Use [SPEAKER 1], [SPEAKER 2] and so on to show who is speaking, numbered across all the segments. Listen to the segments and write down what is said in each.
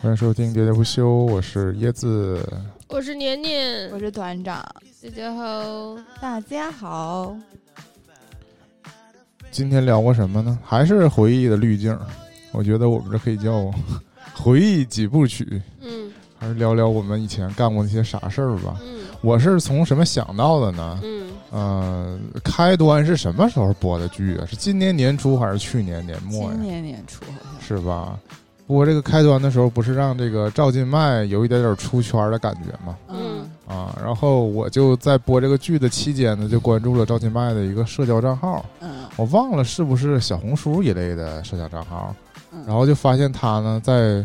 [SPEAKER 1] 欢迎收听《喋喋不休》，我是椰子。
[SPEAKER 2] 我是年年
[SPEAKER 3] 我，是团长，
[SPEAKER 2] 大家好。
[SPEAKER 3] 大家好。
[SPEAKER 1] 今天聊过什么呢？还是回忆的滤镜。我觉得我们这可以叫回忆几部曲，
[SPEAKER 2] 嗯
[SPEAKER 1] 还是聊聊我们以前干过那些傻事儿吧。
[SPEAKER 2] 嗯
[SPEAKER 1] 我是从什么想到的呢？
[SPEAKER 2] 嗯，
[SPEAKER 1] 呃，开端是什么时候播的剧啊？是今年年初还是去年年末
[SPEAKER 3] 今
[SPEAKER 1] 呀？
[SPEAKER 3] 年年初好像
[SPEAKER 1] 是吧？不过这个开端的时候，不是让这个赵今麦有一点点出圈的感觉吗？
[SPEAKER 2] 嗯
[SPEAKER 1] 啊，然后我就在播这个剧的期间呢，就关注了赵今麦的一个社交账号，
[SPEAKER 3] 嗯
[SPEAKER 1] 我忘了是不是小红书一类的社交账号，
[SPEAKER 3] 嗯，
[SPEAKER 1] 然后就发现他呢在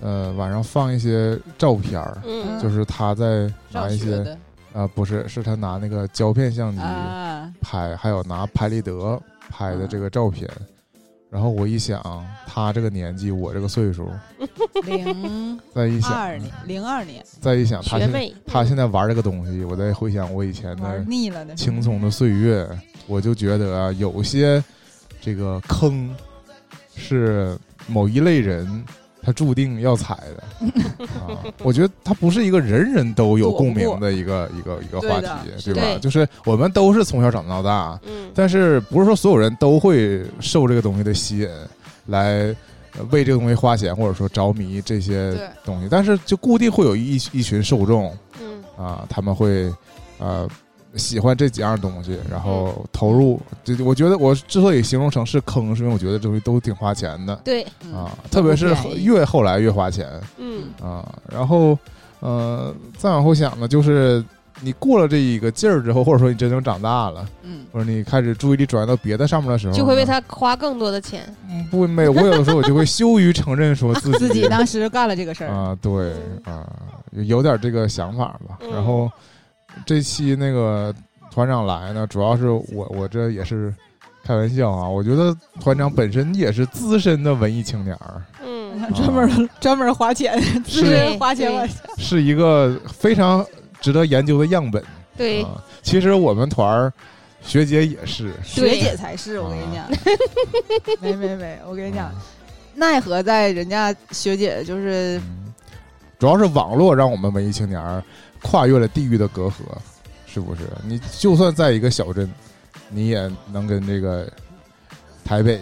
[SPEAKER 1] 呃晚上放一些照片儿，
[SPEAKER 2] 嗯，
[SPEAKER 1] 就是他在拿
[SPEAKER 3] 上
[SPEAKER 1] 一
[SPEAKER 3] 学
[SPEAKER 1] 些嗯
[SPEAKER 3] 的
[SPEAKER 1] 啊、不是，是他拿那个胶片相机
[SPEAKER 3] 啊，
[SPEAKER 1] 拍，还有拿拍立得拍的这个照片。然后我一想，他这个年纪，我这个岁数，
[SPEAKER 3] 零
[SPEAKER 1] 再一想，
[SPEAKER 3] 二年零二年
[SPEAKER 1] 再一想，他
[SPEAKER 2] 学
[SPEAKER 1] 现在
[SPEAKER 2] 妹，
[SPEAKER 1] 他现在玩这个东西，我再回想我以前的
[SPEAKER 3] 玩腻了的
[SPEAKER 1] 青葱的岁月，我就觉得啊，有些这个坑是某一类人他注定要踩的啊。我觉得它不是一个人人都有共鸣的一个一个一个话题，对
[SPEAKER 3] 对的
[SPEAKER 1] 吧？
[SPEAKER 2] 对
[SPEAKER 1] 就是我们都是从小长到大，
[SPEAKER 2] 嗯，
[SPEAKER 1] 但是不是说所有人都会受这个东西的吸引，来呃为这个东西花钱，或者说着迷这些
[SPEAKER 3] 对
[SPEAKER 1] 东西。但是就固定会有一一群受众，
[SPEAKER 2] 嗯
[SPEAKER 1] 啊，他们会呃喜欢这几样东西，然后投入。就我觉得我之所以形容成是坑，是因为我觉得这东西都挺花钱的
[SPEAKER 2] 对，
[SPEAKER 3] 嗯
[SPEAKER 1] 啊，特别是
[SPEAKER 3] 都不便宜
[SPEAKER 1] 越后来越花钱
[SPEAKER 2] 嗯
[SPEAKER 1] 啊。然后呃，再往后想呢，就是你过了这一个劲儿之后，或者说你真正长大了，
[SPEAKER 3] 嗯
[SPEAKER 1] 或者你开始注意力转移到别的上面的时候呢，
[SPEAKER 2] 就会为他花更多的钱。
[SPEAKER 1] 嗯不没有。我有的时候我就会羞于承认说自己
[SPEAKER 3] 啊自己当时干了这个事儿，
[SPEAKER 1] 啊，对啊，有有点这个想法吧。
[SPEAKER 2] 嗯
[SPEAKER 1] 然后这期那个团长来呢，主要是我我这也是开玩笑啊，我觉得团长本身也是资深的文艺青年儿，
[SPEAKER 2] 嗯，
[SPEAKER 3] 专门
[SPEAKER 1] 啊
[SPEAKER 3] 专门花钱，自
[SPEAKER 2] 对
[SPEAKER 3] 己 花钱
[SPEAKER 2] 对
[SPEAKER 3] 玩钱，
[SPEAKER 1] 是一个非常值得研究的样本
[SPEAKER 2] 对，
[SPEAKER 1] 啊。其实我们团儿学姐也是，
[SPEAKER 3] 学姐才是我跟你
[SPEAKER 1] 啊
[SPEAKER 3] 讲， 没没没，我跟你讲，奈何在人家学姐就是
[SPEAKER 1] 嗯，主要是网络让我们文艺青年儿跨越了地域的隔阂，是不是？你就算在一个小镇，你也能跟这个台北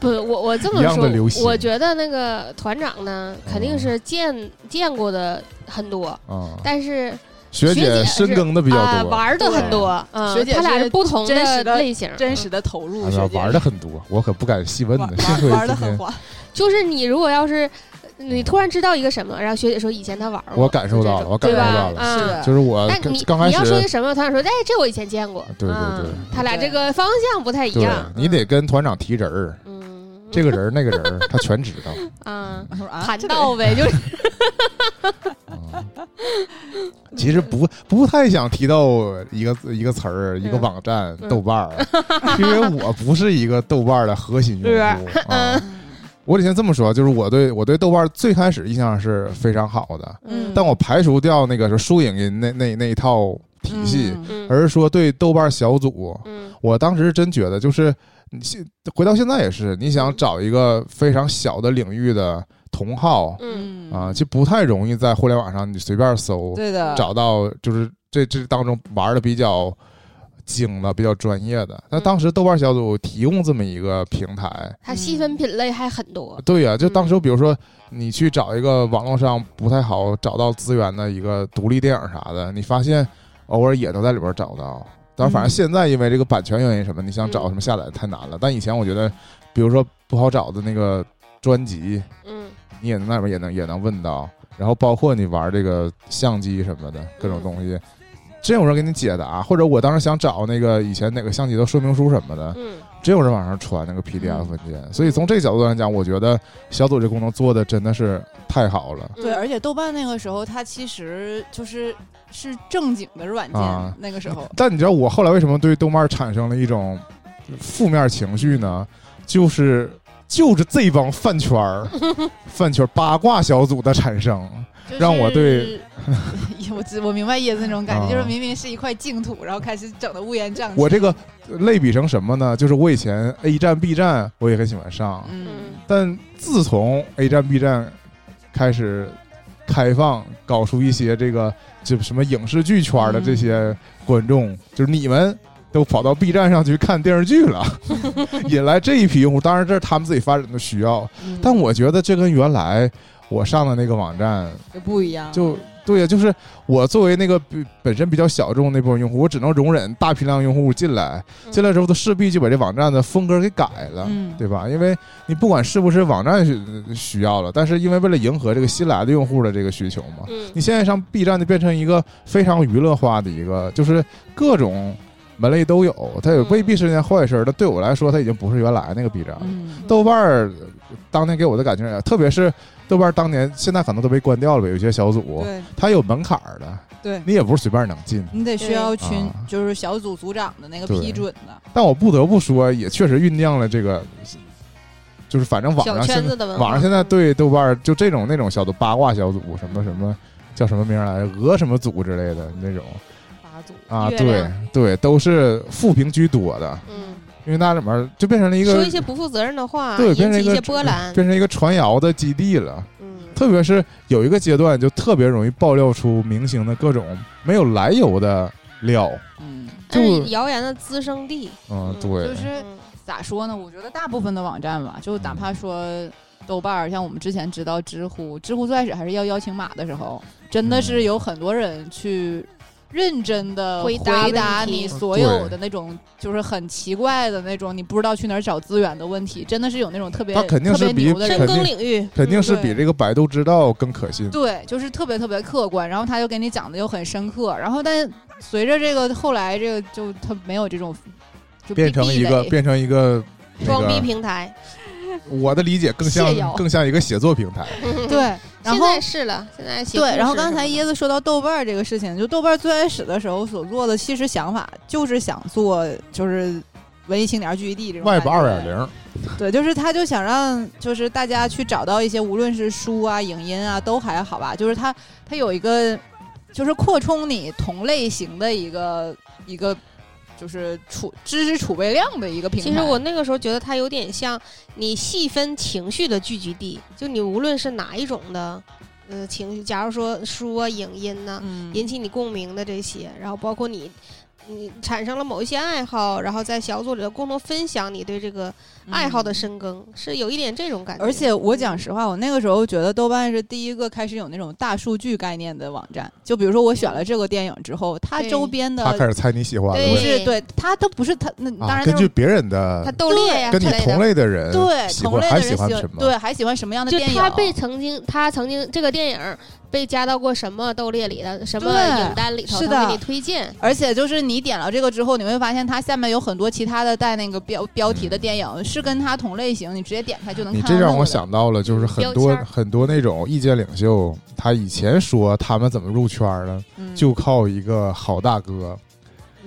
[SPEAKER 2] 不，我我这么
[SPEAKER 1] 一样的流
[SPEAKER 2] 说，
[SPEAKER 1] 行
[SPEAKER 2] 我觉得那个团长呢，肯定是见见过的很多，
[SPEAKER 1] 啊、
[SPEAKER 2] 但是
[SPEAKER 1] 学
[SPEAKER 2] 学姐
[SPEAKER 1] 深耕的比较
[SPEAKER 2] 啊
[SPEAKER 1] 多，
[SPEAKER 2] 玩的很多。嗯，
[SPEAKER 3] 学姐
[SPEAKER 2] 他俩
[SPEAKER 3] 是
[SPEAKER 2] 是不同
[SPEAKER 3] 真实的
[SPEAKER 2] 类型。
[SPEAKER 3] 真实的投入
[SPEAKER 1] 哎呀
[SPEAKER 3] 学姐
[SPEAKER 1] 玩的很多，我可不敢细问
[SPEAKER 3] 玩
[SPEAKER 1] 呢。幸
[SPEAKER 3] 玩
[SPEAKER 1] 亏
[SPEAKER 3] 玩的
[SPEAKER 1] 今
[SPEAKER 3] 很
[SPEAKER 1] 天
[SPEAKER 3] 花，
[SPEAKER 2] 嗯就是你如果要是你突然知道一个什么，然后学姐说以前她玩过，
[SPEAKER 1] 我感受到了，我感
[SPEAKER 2] 对
[SPEAKER 1] 受到
[SPEAKER 2] 吧？
[SPEAKER 1] 了，
[SPEAKER 2] 嗯
[SPEAKER 3] 是的
[SPEAKER 1] 就是我
[SPEAKER 2] 但
[SPEAKER 1] 呃刚
[SPEAKER 2] 你
[SPEAKER 1] 刚开
[SPEAKER 2] 你要说
[SPEAKER 1] 始
[SPEAKER 2] 些。什么，团长说，哎，这我以前见过。
[SPEAKER 1] 对对对
[SPEAKER 2] 嗯他俩这个方向不太一
[SPEAKER 1] 对
[SPEAKER 2] 样，。
[SPEAKER 1] 你得跟团长提人儿，
[SPEAKER 2] 嗯，
[SPEAKER 1] 这个人儿那个人儿，他全知道。
[SPEAKER 2] 啊，
[SPEAKER 3] 我说啊
[SPEAKER 2] 谈
[SPEAKER 3] 这个
[SPEAKER 2] 到呗，就是
[SPEAKER 1] 啊， 其实不不太想提到一个一个词儿、一个
[SPEAKER 2] 嗯
[SPEAKER 1] 网站、
[SPEAKER 2] 嗯
[SPEAKER 1] 豆瓣儿，因为我不是一个豆瓣儿的核心用
[SPEAKER 2] 是
[SPEAKER 1] 户啊。我得先这么说，就是我对我对豆瓣儿最开始印象是非常好的，
[SPEAKER 3] 嗯
[SPEAKER 1] 但我排除掉那个是输影音那那那一套体系，
[SPEAKER 3] 嗯
[SPEAKER 2] 嗯
[SPEAKER 1] 而是说对豆瓣儿小组，
[SPEAKER 2] 嗯
[SPEAKER 1] 我当时真觉得就是你现回到现在也是，你想找一个非常小的领域的同好。
[SPEAKER 2] 嗯
[SPEAKER 1] 啊，就不太容易在互联网上你随便搜，
[SPEAKER 3] 对的，
[SPEAKER 1] 找到就是这这当中玩的比较精的、比较专业的。那
[SPEAKER 3] 嗯
[SPEAKER 1] 当时豆瓣小组提供这么一个平台，
[SPEAKER 2] 它细分品类还很多。
[SPEAKER 1] 对啊呀、就当
[SPEAKER 3] 嗯
[SPEAKER 1] 时比如说你去找一个网络上不太好找到资源的一个独立电影啥的，你发现偶尔也能在里边找到。但反正
[SPEAKER 3] 嗯
[SPEAKER 1] 现在因为这个版权原因什么，你想找什么下载太难了。但以前我觉得，比如说不好找的那个专辑，
[SPEAKER 2] 嗯
[SPEAKER 1] 你也能那边也能也能问到，然后包括你玩这个相机什么的各种东西，真有人给你解答，或者我当时想找那个以前哪个相机的说明书什么的，
[SPEAKER 2] 嗯
[SPEAKER 1] 真有人往上传那个 PDF 文件，所以从这个角度来讲，我觉得小组这功能做的真的是太好了。
[SPEAKER 2] 嗯
[SPEAKER 3] 对，而且豆瓣那个时候，它其实就是是正经的软件，
[SPEAKER 1] 啊
[SPEAKER 3] 那个时候
[SPEAKER 1] 但你知道我后来为什么对动漫产生了一种负面情绪呢？就是就是这帮饭圈儿、饭圈儿八卦小组的产生，
[SPEAKER 3] 就 是
[SPEAKER 1] 让我对，
[SPEAKER 3] 我知我明白叶子那种感觉，
[SPEAKER 1] 啊
[SPEAKER 3] 就是明明是一块净土，然后开始整的乌烟瘴气。
[SPEAKER 1] 我这个类比成什么呢？就是我以前 A 站、B 站我也很喜欢上，
[SPEAKER 3] 嗯
[SPEAKER 2] 嗯
[SPEAKER 1] 但自从 A 站、B 站开始开放，搞出一些这个就什么影视剧圈的这些观众，就是你们都跑到 B 站上去看电视剧了，引来这一批用户。当然，这是他们自己发展的需要，
[SPEAKER 2] 嗯
[SPEAKER 1] 但我觉得这跟原来我上的那个网站
[SPEAKER 3] 就不
[SPEAKER 2] 啊
[SPEAKER 3] 一样，
[SPEAKER 1] 就对呀，就是我作为那个比本身比较小众那波用户，我只能容忍大批量用户进来，
[SPEAKER 2] 嗯
[SPEAKER 1] 进来之后，他势必就把这网站的风格给改了。
[SPEAKER 3] 嗯，
[SPEAKER 1] 对吧？因为你不管是不是网站需需要了，但是因为为了迎合这个新来的用户的这个需求嘛，
[SPEAKER 2] 嗯
[SPEAKER 1] 你现在上 B 站就变成一个非常娱乐化的一个，就是各种门类都有，它也
[SPEAKER 2] 嗯
[SPEAKER 1] 未必是件坏事儿。但对我来说，它已经不是原来那个 B 站了。
[SPEAKER 3] 嗯，
[SPEAKER 1] 豆瓣儿当年给我的感觉，特别是豆瓣儿当年，现在可能都被关掉了吧，有些小组
[SPEAKER 3] 对
[SPEAKER 1] 它有门槛儿的，
[SPEAKER 3] 对，
[SPEAKER 1] 你也不是随便能进。
[SPEAKER 3] 你得需要
[SPEAKER 1] 对
[SPEAKER 3] 群
[SPEAKER 1] 啊
[SPEAKER 3] 就是小组组长的那个
[SPEAKER 1] 对
[SPEAKER 3] 批准的，
[SPEAKER 1] 但我不得不说，也确实酝酿了这个，就是反正网
[SPEAKER 2] 小
[SPEAKER 1] 上现
[SPEAKER 2] 圈
[SPEAKER 1] 在
[SPEAKER 2] 子的文化，
[SPEAKER 1] 网上现在对豆瓣儿就这种那种小组八卦小组什么什么叫什么名儿来着，鹅什么组之类的那种
[SPEAKER 3] 八组
[SPEAKER 1] 啊，
[SPEAKER 2] 月
[SPEAKER 1] 对
[SPEAKER 2] 亮
[SPEAKER 1] 对，都是负评居多的，
[SPEAKER 2] 嗯，
[SPEAKER 1] 因为那里面儿就变成了一
[SPEAKER 2] 说
[SPEAKER 1] 个
[SPEAKER 2] 一些不负责任的话，
[SPEAKER 1] 对
[SPEAKER 2] 引
[SPEAKER 1] 变成
[SPEAKER 2] 起
[SPEAKER 1] 一个呃
[SPEAKER 2] 些波澜，
[SPEAKER 1] 变成一个传谣的基地了。
[SPEAKER 2] 嗯，
[SPEAKER 1] 特别是有一个阶段，就特别容易爆料出明星的各种没有来由的料。
[SPEAKER 3] 嗯，
[SPEAKER 2] 但
[SPEAKER 1] 就是
[SPEAKER 2] 呃谣言的滋生地，
[SPEAKER 1] 嗯
[SPEAKER 2] 嗯，
[SPEAKER 1] 对，
[SPEAKER 3] 就是
[SPEAKER 2] 嗯
[SPEAKER 3] 咋说呢？我觉得大部分的网站吧，就
[SPEAKER 1] 嗯
[SPEAKER 3] 哪怕说豆瓣儿，像我们之前知道知乎，知乎最开始还是要邀请码的时候，真的
[SPEAKER 1] 嗯
[SPEAKER 3] 是有很多人去。认真的
[SPEAKER 2] 回
[SPEAKER 3] 回
[SPEAKER 2] 答
[SPEAKER 3] 答
[SPEAKER 2] 问题
[SPEAKER 3] 你所有的那种，就是很奇怪的那种，你不知道去哪儿找资源的问题，真的是有那种特别
[SPEAKER 1] 他肯定是
[SPEAKER 3] 特别
[SPEAKER 1] 比
[SPEAKER 3] 牛的
[SPEAKER 2] 深
[SPEAKER 3] 人
[SPEAKER 1] 肯
[SPEAKER 2] 耕
[SPEAKER 1] 定
[SPEAKER 2] 领域，
[SPEAKER 1] 肯定是
[SPEAKER 3] 嗯
[SPEAKER 1] 比
[SPEAKER 3] 对
[SPEAKER 1] 这个百度知道更可信。
[SPEAKER 3] 对，就是特别特别客观，然后他就给你讲的又很深刻，然后但随着这个后来这个就他没有这种，就
[SPEAKER 1] 变成一个
[SPEAKER 3] 壁垒
[SPEAKER 1] 变成一个那
[SPEAKER 2] 装逼
[SPEAKER 1] 个，
[SPEAKER 2] 平台，
[SPEAKER 1] 我的理解更像
[SPEAKER 3] 泻药
[SPEAKER 1] 更像一个写作平台。
[SPEAKER 3] 对，然
[SPEAKER 2] 现
[SPEAKER 3] 后
[SPEAKER 2] 在是了，现在写故
[SPEAKER 3] 对，然后
[SPEAKER 2] 事
[SPEAKER 3] 刚才
[SPEAKER 2] 什
[SPEAKER 3] 椰子说到豆瓣儿这个事情，就豆瓣儿最开始的时候所做的，其实想法就是想做就是文艺青年聚集啊地这种
[SPEAKER 1] Web
[SPEAKER 3] 感
[SPEAKER 1] 二
[SPEAKER 3] 觉
[SPEAKER 1] 点零，
[SPEAKER 3] 对，就是他就想让就是大家去找到一些无论是书啊、影音啊都还好吧，就是他他有一个就是扩充你同类型的一个一个就是储知识储备量的一个平台。
[SPEAKER 2] 其实我那个时候觉得它有点像你细分情绪的聚集地，就你无论是哪一种的，呃，情绪，假如说书啊、影音呐、
[SPEAKER 3] 嗯
[SPEAKER 2] 引起你共鸣的这些，然后包括你。你产生了某一些爱好，然后在小组里头共同分享你对这个爱好的
[SPEAKER 3] 深。
[SPEAKER 2] 深耕，是有一点这种感觉。
[SPEAKER 3] 而且我讲实话，我那个时候觉得豆瓣是第一个开始有那种大数据概念的网站。就比如说我选了这个电影之后，它
[SPEAKER 2] 对
[SPEAKER 3] 周边
[SPEAKER 1] 他开始
[SPEAKER 3] 的
[SPEAKER 1] 猜你喜欢
[SPEAKER 2] 对
[SPEAKER 1] 了
[SPEAKER 3] 不
[SPEAKER 1] 呗。
[SPEAKER 3] 是对它都不是它那当
[SPEAKER 1] 啊，
[SPEAKER 3] 然那
[SPEAKER 1] 根据
[SPEAKER 3] 种
[SPEAKER 1] 别人的
[SPEAKER 2] 他斗猎呀、之
[SPEAKER 1] 跟你
[SPEAKER 2] 类的
[SPEAKER 1] 同类的人
[SPEAKER 3] 对
[SPEAKER 1] 喜
[SPEAKER 3] 同
[SPEAKER 1] 欢
[SPEAKER 3] 类的
[SPEAKER 1] 还
[SPEAKER 3] 人
[SPEAKER 1] 喜
[SPEAKER 3] 喜
[SPEAKER 1] 欢
[SPEAKER 3] 欢
[SPEAKER 1] 什么？
[SPEAKER 3] 对还喜欢什么样的
[SPEAKER 2] 就
[SPEAKER 3] 电影？
[SPEAKER 2] 他被曾经，他曾经这个电影儿被加到过什么斗猎里的，什么
[SPEAKER 3] 对
[SPEAKER 2] 影单里头，
[SPEAKER 3] 是
[SPEAKER 2] 他
[SPEAKER 3] 的
[SPEAKER 2] 给你推荐。
[SPEAKER 3] 而且就是你点了这个之后，你会发现它下面有很多其他的带那个标标题的电影是跟它同类型，你直接点开就能
[SPEAKER 1] 嗯你
[SPEAKER 3] 看到。
[SPEAKER 1] 这让我，想到了，就是很多
[SPEAKER 2] 标签儿
[SPEAKER 1] 很多那种意见领袖，他以前说他们怎么入圈儿呢？
[SPEAKER 3] 嗯、
[SPEAKER 1] 就靠一个好大哥，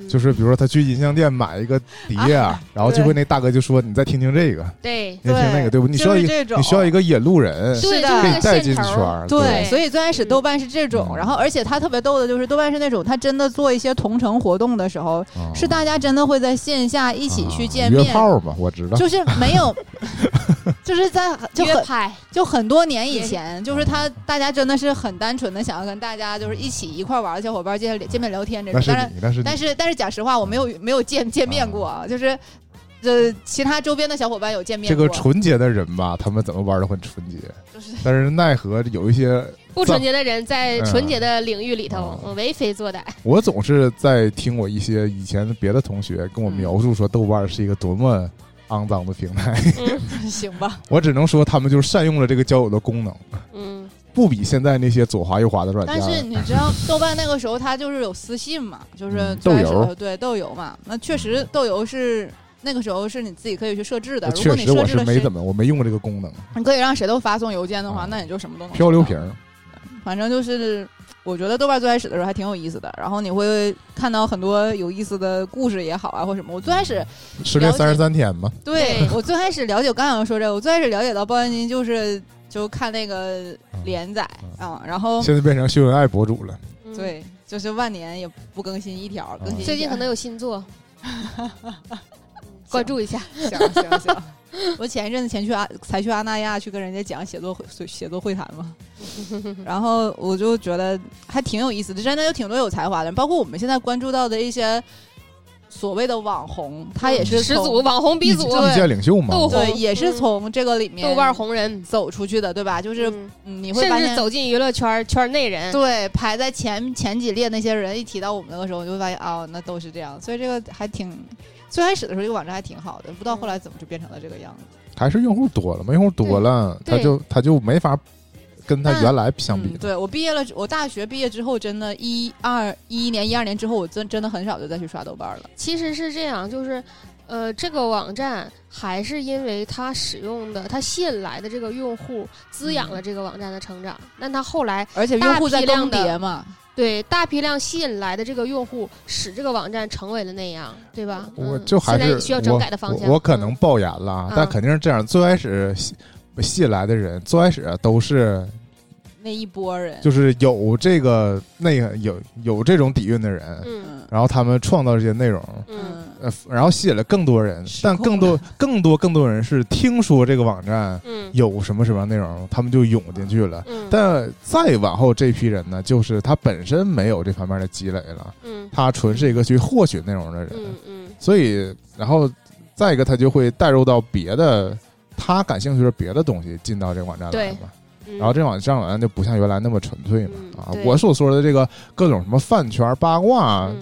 [SPEAKER 1] 就是比如说他去音像店买一个碟，啊然后就会那大哥就说：“你再听听这个，
[SPEAKER 2] 对，
[SPEAKER 1] 你再听那个，
[SPEAKER 3] 啊对
[SPEAKER 1] 对不？你需要
[SPEAKER 3] 就是
[SPEAKER 1] 一个
[SPEAKER 3] 这种
[SPEAKER 1] 你需要一个引路人，
[SPEAKER 3] 是
[SPEAKER 2] 对，就
[SPEAKER 3] 的
[SPEAKER 1] 给
[SPEAKER 2] 是那
[SPEAKER 1] 你
[SPEAKER 2] 个
[SPEAKER 1] 带
[SPEAKER 2] 线
[SPEAKER 1] 进
[SPEAKER 2] 头
[SPEAKER 1] 圈
[SPEAKER 2] 儿。
[SPEAKER 1] 儿。”
[SPEAKER 3] 对，
[SPEAKER 2] 对
[SPEAKER 3] 所以最开始豆瓣是这种，
[SPEAKER 1] 嗯
[SPEAKER 3] 然后而且它特别逗的就是豆瓣是那种它真的做一些同城活动的时候，
[SPEAKER 1] 啊
[SPEAKER 3] 是大家真的会在线下一起去见
[SPEAKER 1] 啊
[SPEAKER 3] 面，
[SPEAKER 1] 约炮嘛？我知道，
[SPEAKER 3] 就是没有， 就是在就
[SPEAKER 2] 约
[SPEAKER 3] 很
[SPEAKER 2] 拍，
[SPEAKER 3] 就很多年以前，就是
[SPEAKER 1] 哦
[SPEAKER 3] 他大家真的是很单纯的想要跟大家就是一起一块玩的小伙伴见见面聊天这
[SPEAKER 1] 那
[SPEAKER 3] 种，
[SPEAKER 1] 是
[SPEAKER 3] 当然，
[SPEAKER 1] 你，那是你嗯
[SPEAKER 3] 但。是但是讲实话，我没有没有见见面过，啊、就是呃其他周边的小伙伴有见面
[SPEAKER 1] 这
[SPEAKER 3] 过，
[SPEAKER 1] 个纯洁的人吧，他们怎么玩都很纯洁，
[SPEAKER 3] 就是
[SPEAKER 1] 但是奈何有一些
[SPEAKER 2] 不纯洁的人在
[SPEAKER 1] 嗯
[SPEAKER 2] 纯洁的领域里头
[SPEAKER 1] 啊
[SPEAKER 2] 嗯为非作歹。
[SPEAKER 1] 我总是在听我一些以前别的同学跟我描述说豆瓣是一个多么肮脏的平台，
[SPEAKER 3] 嗯行吧，
[SPEAKER 1] 我只能说他们就是善用了这个交友的功能，
[SPEAKER 2] 嗯，
[SPEAKER 1] 不比现在那些左滑右滑的软
[SPEAKER 3] 但是
[SPEAKER 1] 件。啊
[SPEAKER 3] 你知 道豆瓣那个时候它就是有私信嘛，就是
[SPEAKER 1] 嗯
[SPEAKER 3] 最开始
[SPEAKER 1] 豆油
[SPEAKER 3] 对豆油嘛，那确实豆油是。那个时候是你自己可以去设置的，如
[SPEAKER 1] 确
[SPEAKER 3] 果你
[SPEAKER 1] 实，
[SPEAKER 3] 设
[SPEAKER 1] 我
[SPEAKER 3] 置
[SPEAKER 1] 是
[SPEAKER 3] 了
[SPEAKER 1] 没
[SPEAKER 3] 谁
[SPEAKER 1] 怎么，我没用过这个功能。
[SPEAKER 3] 你可以让谁都发送邮件的话，
[SPEAKER 1] 啊
[SPEAKER 3] 那你就什么都能
[SPEAKER 1] 漂流
[SPEAKER 3] 收到
[SPEAKER 1] 瓶，
[SPEAKER 3] 反正就是，我觉得豆瓣最开始的时候还挺有意思的，然后你会看到很多有意思的故事也好啊，或什么。我最开始
[SPEAKER 1] 失恋
[SPEAKER 3] 了解
[SPEAKER 1] 三十三天嘛，
[SPEAKER 3] 对
[SPEAKER 2] 对
[SPEAKER 3] 我最开始了解，我刚想说这个，我最开始了解到鲍恩金就是就看那个连载啊，然后
[SPEAKER 1] 嗯现在变成秀恩爱博主了。
[SPEAKER 2] 嗯，
[SPEAKER 3] 对，
[SPEAKER 1] 嗯
[SPEAKER 3] 就是万年也不更新一条，更新一条
[SPEAKER 2] 最近可能有新作。关注一下。
[SPEAKER 3] 行行行， 我前一阵子前去阿才去阿那亚去跟人家讲写作会写作会谈 嘛，然后我就觉得还挺有意思的，真的有挺多有才华的人，包括我们现在关注到的一些所谓的网红，他也是
[SPEAKER 2] 始
[SPEAKER 3] 从
[SPEAKER 2] 祖嗯网红鼻祖，
[SPEAKER 1] 意见领袖嘛，
[SPEAKER 2] 斗
[SPEAKER 3] 对，
[SPEAKER 2] 红
[SPEAKER 3] 也是
[SPEAKER 2] 嗯
[SPEAKER 3] 从这个里面
[SPEAKER 2] 豆瓣红人，
[SPEAKER 3] 走出去的，对吧？就是
[SPEAKER 2] 嗯
[SPEAKER 3] 嗯你会
[SPEAKER 2] 甚
[SPEAKER 3] 发
[SPEAKER 2] 至
[SPEAKER 3] 现。
[SPEAKER 2] 走进娱乐圈圈内人。
[SPEAKER 3] 对，排在前前几列那些人，一提到我们的时候，我就发现哦，那都是这样，所以这个还挺，最开始的时候这个网站还挺好的，不知道
[SPEAKER 2] 嗯
[SPEAKER 3] 后来怎么就变成了这个样子。
[SPEAKER 1] 还是用户多了嘛？用户多了，
[SPEAKER 2] 对
[SPEAKER 1] 他就他就没法跟他
[SPEAKER 3] 但
[SPEAKER 1] 原来相比
[SPEAKER 3] 嗯。
[SPEAKER 1] 了。
[SPEAKER 3] 对我毕业了，我大学毕业之后，真的一二一一年、一二年之后，我真真的很少就再去刷豆瓣了。
[SPEAKER 2] 其实是这样，就是，呃，这个网站还是因为它使用的，它吸引来的这个用户滋养
[SPEAKER 3] 嗯
[SPEAKER 2] 了这个网站的成长。那它后来
[SPEAKER 3] 而且用户在更迭嘛，
[SPEAKER 2] 对大批量吸引来的这个用户，使这个网站成为了那样，对吧？
[SPEAKER 1] 我
[SPEAKER 2] 嗯
[SPEAKER 1] 就还
[SPEAKER 2] 现在
[SPEAKER 1] 是
[SPEAKER 2] 也需要整
[SPEAKER 1] 我
[SPEAKER 2] 改的方向。
[SPEAKER 1] 我我可能爆言了啊
[SPEAKER 2] 嗯，
[SPEAKER 1] 但肯定是这样。最开始吸吸来的人，最开始都是
[SPEAKER 3] 那一波人，
[SPEAKER 1] 就是有这个那个有有这种底蕴的人，
[SPEAKER 2] 嗯
[SPEAKER 3] 嗯
[SPEAKER 1] 然后他们创造这些内容，
[SPEAKER 2] 嗯
[SPEAKER 1] 呃，然后吸引了更多人
[SPEAKER 3] 失，
[SPEAKER 1] 但
[SPEAKER 3] 控
[SPEAKER 1] 更
[SPEAKER 2] 啊
[SPEAKER 1] 多更多更多人是听说这个网站
[SPEAKER 2] 嗯
[SPEAKER 1] 有什么什么样内容，他们就涌进去了。
[SPEAKER 2] 嗯，
[SPEAKER 1] 但再往后这批人呢，就是他本身没有这方面的积累了，
[SPEAKER 2] 嗯
[SPEAKER 1] 他纯是一个去获取内容的人，
[SPEAKER 2] 嗯嗯
[SPEAKER 1] 所以然后再一个他就会带入到别的他感兴趣的别的东西进到这个网站来
[SPEAKER 2] 对
[SPEAKER 1] 嘛，
[SPEAKER 2] 嗯，
[SPEAKER 1] 然后这网这样网站就不像原来那么纯粹嘛、
[SPEAKER 2] 嗯
[SPEAKER 1] 啊
[SPEAKER 2] 对，
[SPEAKER 1] 我所说的这个各种什么饭圈八卦，
[SPEAKER 2] 嗯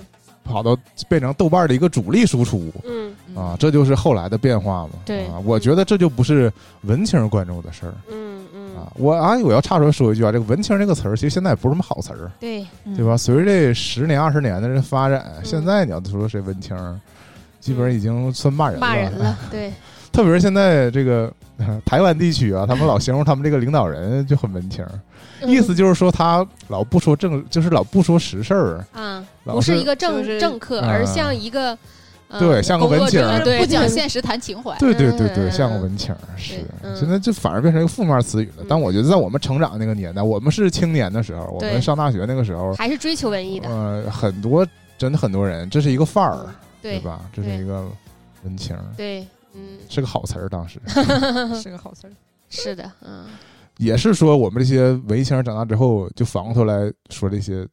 [SPEAKER 1] 跑到变成豆瓣的一个主力输出。
[SPEAKER 2] 嗯
[SPEAKER 1] 啊，，这就是后来的变化嘛。
[SPEAKER 2] 对
[SPEAKER 1] 啊，我觉得这就不是文青关注的事儿
[SPEAKER 2] 嗯嗯
[SPEAKER 1] 啊。我啊，我要插出来说一句啊，这个“文青”这个词儿，其实现在也不是什么好词儿，
[SPEAKER 2] 对，
[SPEAKER 3] 嗯
[SPEAKER 1] 对吧？？随着这十年二十年的这发展，
[SPEAKER 2] 嗯
[SPEAKER 1] 现在你要说谁文青儿，基本上已经算骂人
[SPEAKER 2] 骂人
[SPEAKER 1] 了。
[SPEAKER 2] 了，对，
[SPEAKER 1] 特别是现在这个 呃台湾地区啊，他们老形容他们这个领导人就很文青儿，
[SPEAKER 2] 嗯
[SPEAKER 1] 意思就是说他老不说正，就是老不说实事儿，
[SPEAKER 2] 嗯啊，
[SPEAKER 1] 老
[SPEAKER 2] 不是一个
[SPEAKER 3] 就
[SPEAKER 2] 政
[SPEAKER 3] 是
[SPEAKER 2] 政客，
[SPEAKER 1] 啊
[SPEAKER 2] 而像一个呃
[SPEAKER 1] 对像个
[SPEAKER 2] 工作
[SPEAKER 1] 文青
[SPEAKER 2] 者
[SPEAKER 1] 儿
[SPEAKER 2] 对，
[SPEAKER 3] 不 讲现实谈情怀，
[SPEAKER 1] 对对对
[SPEAKER 2] 嗯
[SPEAKER 1] 对，像个
[SPEAKER 2] 嗯
[SPEAKER 1] 文青儿是
[SPEAKER 2] 对，嗯
[SPEAKER 1] 现在这反而变成一个负面词语了
[SPEAKER 2] 嗯。
[SPEAKER 1] 但我觉得在我们成长那个年代，我们是青年的时候，我
[SPEAKER 2] 对
[SPEAKER 1] 们上大学那个时候，
[SPEAKER 2] 还是追求文艺的，嗯
[SPEAKER 1] 呃，很多真的很多人，这是一个范儿，对
[SPEAKER 2] 对
[SPEAKER 1] 吧？这是
[SPEAKER 2] 对
[SPEAKER 1] 一个文青儿，
[SPEAKER 2] 对，嗯，
[SPEAKER 1] 是个好词儿。当时
[SPEAKER 3] 是个好词儿。
[SPEAKER 2] 是的，嗯，
[SPEAKER 1] 也是说我们这些文青儿长大之后，就反过头来说这 些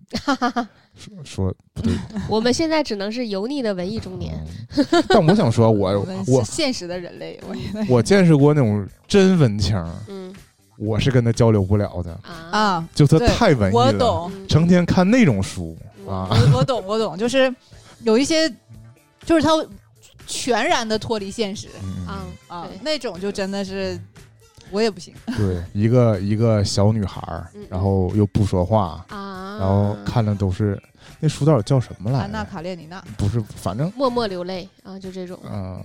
[SPEAKER 1] 说说不对。
[SPEAKER 2] 我们现在只能是油腻的文艺中年，
[SPEAKER 1] 嗯但我想说， 我
[SPEAKER 3] 我们是
[SPEAKER 1] 我
[SPEAKER 3] 现实的人类，我觉得
[SPEAKER 1] 我见识过那种真文青儿，
[SPEAKER 2] 嗯
[SPEAKER 1] 我是跟他交流不了的，
[SPEAKER 2] 啊
[SPEAKER 3] 啊，
[SPEAKER 1] 就他
[SPEAKER 3] 对
[SPEAKER 1] 太文艺
[SPEAKER 3] 我
[SPEAKER 1] 了。
[SPEAKER 3] 懂，
[SPEAKER 2] 嗯
[SPEAKER 1] 啊成天看那种书啊，
[SPEAKER 3] 我我懂，我懂，就是有一些，就是他全然的脱离现实
[SPEAKER 1] 嗯
[SPEAKER 2] 啊，
[SPEAKER 3] 啊
[SPEAKER 2] 对，
[SPEAKER 3] 那种就真的是我也不行。
[SPEAKER 1] 对，一个一个小女孩儿
[SPEAKER 2] 嗯嗯，
[SPEAKER 1] 然后又不说话，
[SPEAKER 2] 啊，
[SPEAKER 1] 然后看的都是那书到底叫什么来
[SPEAKER 3] 安娜
[SPEAKER 1] 着？
[SPEAKER 3] 卡列尼娜，
[SPEAKER 1] 不是，反正
[SPEAKER 2] 默默流泪啊，就这种，
[SPEAKER 1] 嗯。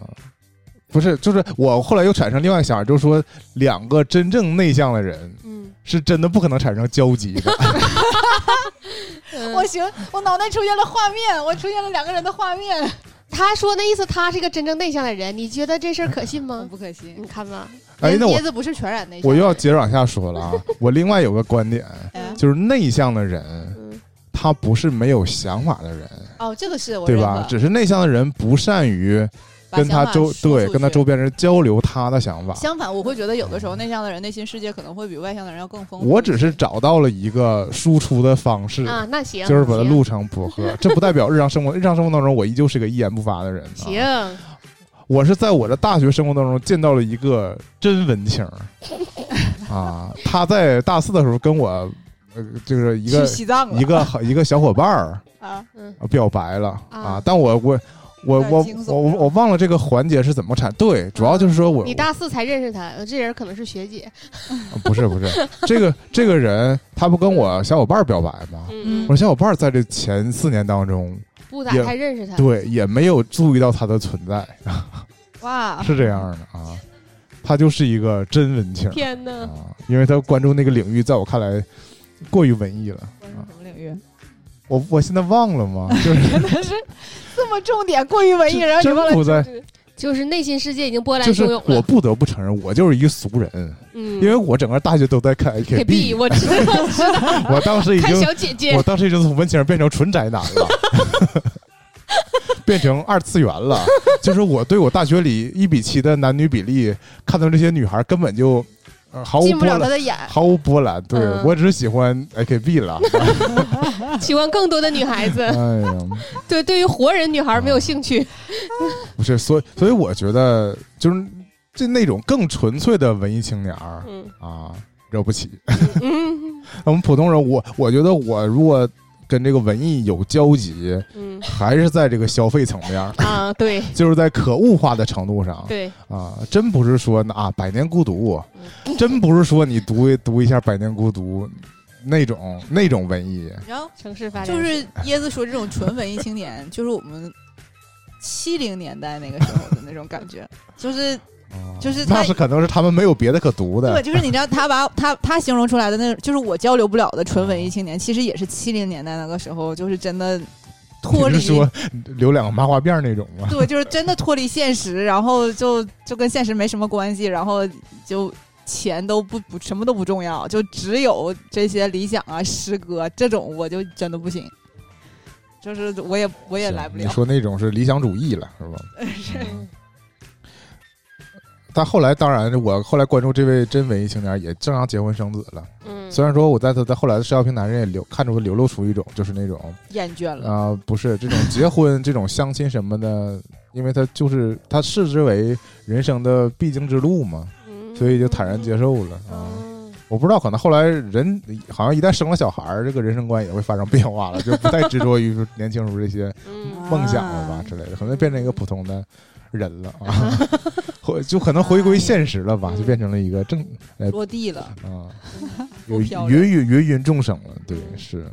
[SPEAKER 1] 不是，就是我后来又产生另外一个想法，就是说，两个真正内向的人
[SPEAKER 2] 嗯，
[SPEAKER 1] 是真的不可能产生交集的。
[SPEAKER 2] 嗯
[SPEAKER 3] 我行，我脑袋出现了画面，我出现了两个人的画 面，
[SPEAKER 2] 他说那意思，他是个真正内向的人，你觉得这事儿可信
[SPEAKER 3] 我
[SPEAKER 2] 吗？
[SPEAKER 3] 嗯不可信
[SPEAKER 2] 你。看吧，
[SPEAKER 1] 哎，那我
[SPEAKER 3] 椰子不是全然内向，
[SPEAKER 1] 我又要接着往下说了啊！我另外有个观点，
[SPEAKER 3] 哎
[SPEAKER 1] 就是内向的人，
[SPEAKER 2] 嗯
[SPEAKER 1] 他不是没有想法的人，
[SPEAKER 3] 哦，这个是我
[SPEAKER 1] 对
[SPEAKER 3] 认
[SPEAKER 1] 吧？
[SPEAKER 3] 可
[SPEAKER 1] 只是内向的人不善于
[SPEAKER 3] 把
[SPEAKER 1] 跟他
[SPEAKER 3] 想法
[SPEAKER 1] 周
[SPEAKER 3] 输
[SPEAKER 1] 对
[SPEAKER 3] 出
[SPEAKER 1] 跟他
[SPEAKER 3] 去
[SPEAKER 1] 周边人交流他的想法。
[SPEAKER 3] 相反，我会觉得有的时候内向的人内心世界可能会比外向的人要更丰富。
[SPEAKER 1] 我只是找到了一个输出的方式，
[SPEAKER 2] 啊，那 行，
[SPEAKER 1] 就是把它
[SPEAKER 2] 行
[SPEAKER 1] 录成博客。 这不代表日常生活，日常生活当中我依旧是个一言不发的人、啊。
[SPEAKER 2] 行，
[SPEAKER 1] 我是在我的大学生活当中见到了一个真文青 儿啊，他在大四的时候跟我，呃，就是一
[SPEAKER 3] 去
[SPEAKER 1] 个
[SPEAKER 3] 西藏了，
[SPEAKER 1] 一个好一个小伙伴儿呃
[SPEAKER 3] 啊，
[SPEAKER 2] 嗯
[SPEAKER 1] 表白了
[SPEAKER 2] 啊
[SPEAKER 1] 啊，但我我。我
[SPEAKER 3] 有点
[SPEAKER 1] 我
[SPEAKER 3] 惊悚
[SPEAKER 1] 我我我忘了这个环节是怎么产，对，主要就是说我
[SPEAKER 2] 你大四才认识他，呃这人可能是学姐，
[SPEAKER 1] 啊不是不是，这个这个人他不跟我小伙伴儿表白吗？
[SPEAKER 2] 嗯
[SPEAKER 1] 我，小伙伴儿在这前四年当中，
[SPEAKER 2] 不咋
[SPEAKER 1] 也
[SPEAKER 2] 太认识他，
[SPEAKER 1] 对也没有注意到他的存在，
[SPEAKER 3] 哇，
[SPEAKER 1] 是这样的啊，他就是一个真文青
[SPEAKER 2] 天哪，
[SPEAKER 1] 啊，因为他关注那个领域，在我看来过于文艺了。
[SPEAKER 3] 关注什么领域？
[SPEAKER 1] 我我现在忘了吗？ 就是
[SPEAKER 3] 真的是这么重点，过于文艺，然后你忘
[SPEAKER 1] 真
[SPEAKER 3] 了
[SPEAKER 1] 不在，
[SPEAKER 2] 就是内心世界已经波澜
[SPEAKER 1] 就是
[SPEAKER 2] 汹涌
[SPEAKER 1] 我
[SPEAKER 2] 了，
[SPEAKER 1] 不得不承认，我就是一个俗人，
[SPEAKER 2] 嗯，
[SPEAKER 1] 因为我整个大学都在看
[SPEAKER 2] 铁臂，
[SPEAKER 1] AKB，
[SPEAKER 2] 我知道，
[SPEAKER 1] 我当时已
[SPEAKER 2] 看
[SPEAKER 1] 经
[SPEAKER 2] 小姐姐
[SPEAKER 1] 我，当时已经从文青变成纯宅男了。 变成二次元了。就是我对我大学里一比七的男女比例，看到这些女孩根本就、呃毫无
[SPEAKER 3] 进不
[SPEAKER 1] 波
[SPEAKER 3] 了他
[SPEAKER 1] 澜，
[SPEAKER 3] 的眼。
[SPEAKER 1] 毫无波澜。对、
[SPEAKER 2] 嗯
[SPEAKER 1] 我只是喜欢 AKB 了。
[SPEAKER 2] 喜欢更多的女孩子，
[SPEAKER 1] 哎呀，
[SPEAKER 2] 对，对于活人女孩
[SPEAKER 1] 啊
[SPEAKER 2] 没有兴趣。
[SPEAKER 1] 不是，所以所以我觉得就是这那种更纯粹的文艺青年儿
[SPEAKER 2] 嗯
[SPEAKER 1] 啊，惹不起。
[SPEAKER 2] 嗯
[SPEAKER 1] 我们普通人，我我觉得我如果跟这个文艺有交集，
[SPEAKER 2] 嗯
[SPEAKER 1] 还是在这个消费层面儿，
[SPEAKER 2] 啊，对
[SPEAKER 1] 就是在可物化的程度上
[SPEAKER 2] 对，
[SPEAKER 1] 啊，真不是说啊《百年孤独
[SPEAKER 2] 嗯》，
[SPEAKER 1] 真不是说你读一读一下《百年孤独》那种那种文艺，
[SPEAKER 3] 然后
[SPEAKER 2] 城市发展
[SPEAKER 3] 就是 椰子说这种纯文艺青年，就是我们七零年代那个时候的那种感觉，就是
[SPEAKER 1] 啊
[SPEAKER 3] 就是他
[SPEAKER 1] 那是可能是他们没有别的可读
[SPEAKER 3] 对，
[SPEAKER 1] 的，
[SPEAKER 3] 就是你知道他把他他形容出来的那，就是我交流不了的纯文艺青年，其实也是七零年代那个时候，就是真的脱
[SPEAKER 1] 你
[SPEAKER 3] 离
[SPEAKER 1] 是说留两个麻花辫儿那种吗？
[SPEAKER 3] 对，就是真的脱离现实，然后就就跟现实没什么关系，然后就钱都不不什么都不重要，就只有这些理想啊、诗歌这种，我就真的不行。就是我也我也
[SPEAKER 1] 行
[SPEAKER 3] 来不
[SPEAKER 1] 你
[SPEAKER 3] 了，
[SPEAKER 1] 说那种是理想主义了，是吧？
[SPEAKER 3] 是
[SPEAKER 1] 嗯但后来，当然，我后来关注这位真文艺青年，也正常结婚生子了。
[SPEAKER 2] 嗯
[SPEAKER 1] 虽然说我在他在后来的社交平台上也流看出流露出一种就是那种
[SPEAKER 3] 厌倦了。
[SPEAKER 1] 啊、不是这种结婚这种相亲什么的，因为他就是他视之为人生的必经之路嘛，所以就坦然接受了啊、
[SPEAKER 2] 嗯
[SPEAKER 1] 我不知道，可能后来人好像一旦生了小孩儿，这个人生观也会发生变化了，就不再执着于年轻时候这些
[SPEAKER 3] 啊
[SPEAKER 2] 嗯
[SPEAKER 1] 梦想了吧之类的，可能变成一个普通的人了啊， 回就可能回归现实了吧，就变成了一个正哎
[SPEAKER 3] 落地了，
[SPEAKER 1] 啊，
[SPEAKER 3] 不
[SPEAKER 1] 有
[SPEAKER 3] 飘
[SPEAKER 1] 芸
[SPEAKER 3] 然
[SPEAKER 1] 芸芸芸众生了，对，是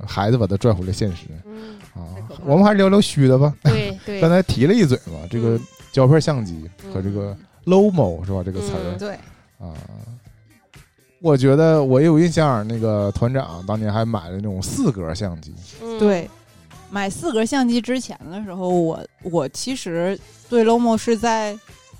[SPEAKER 1] 呃孩子把他拽回了现实
[SPEAKER 2] 嗯，
[SPEAKER 1] 啊
[SPEAKER 3] 太可怕。了
[SPEAKER 1] 我们还是聊聊虚的吧，
[SPEAKER 2] 对对，
[SPEAKER 1] 刚才提了一嘴嘛，这个
[SPEAKER 2] 嗯
[SPEAKER 1] 胶片相机
[SPEAKER 3] 嗯
[SPEAKER 1] 和这个 “lomo” 是吧？这个词
[SPEAKER 2] 嗯
[SPEAKER 1] 儿
[SPEAKER 3] 对，
[SPEAKER 1] 啊。我觉得我有印象，那个团长当年还买了那种四格相机，
[SPEAKER 2] 嗯
[SPEAKER 3] 对，买四格相机之前的时候，我我其实对 Lomo 是在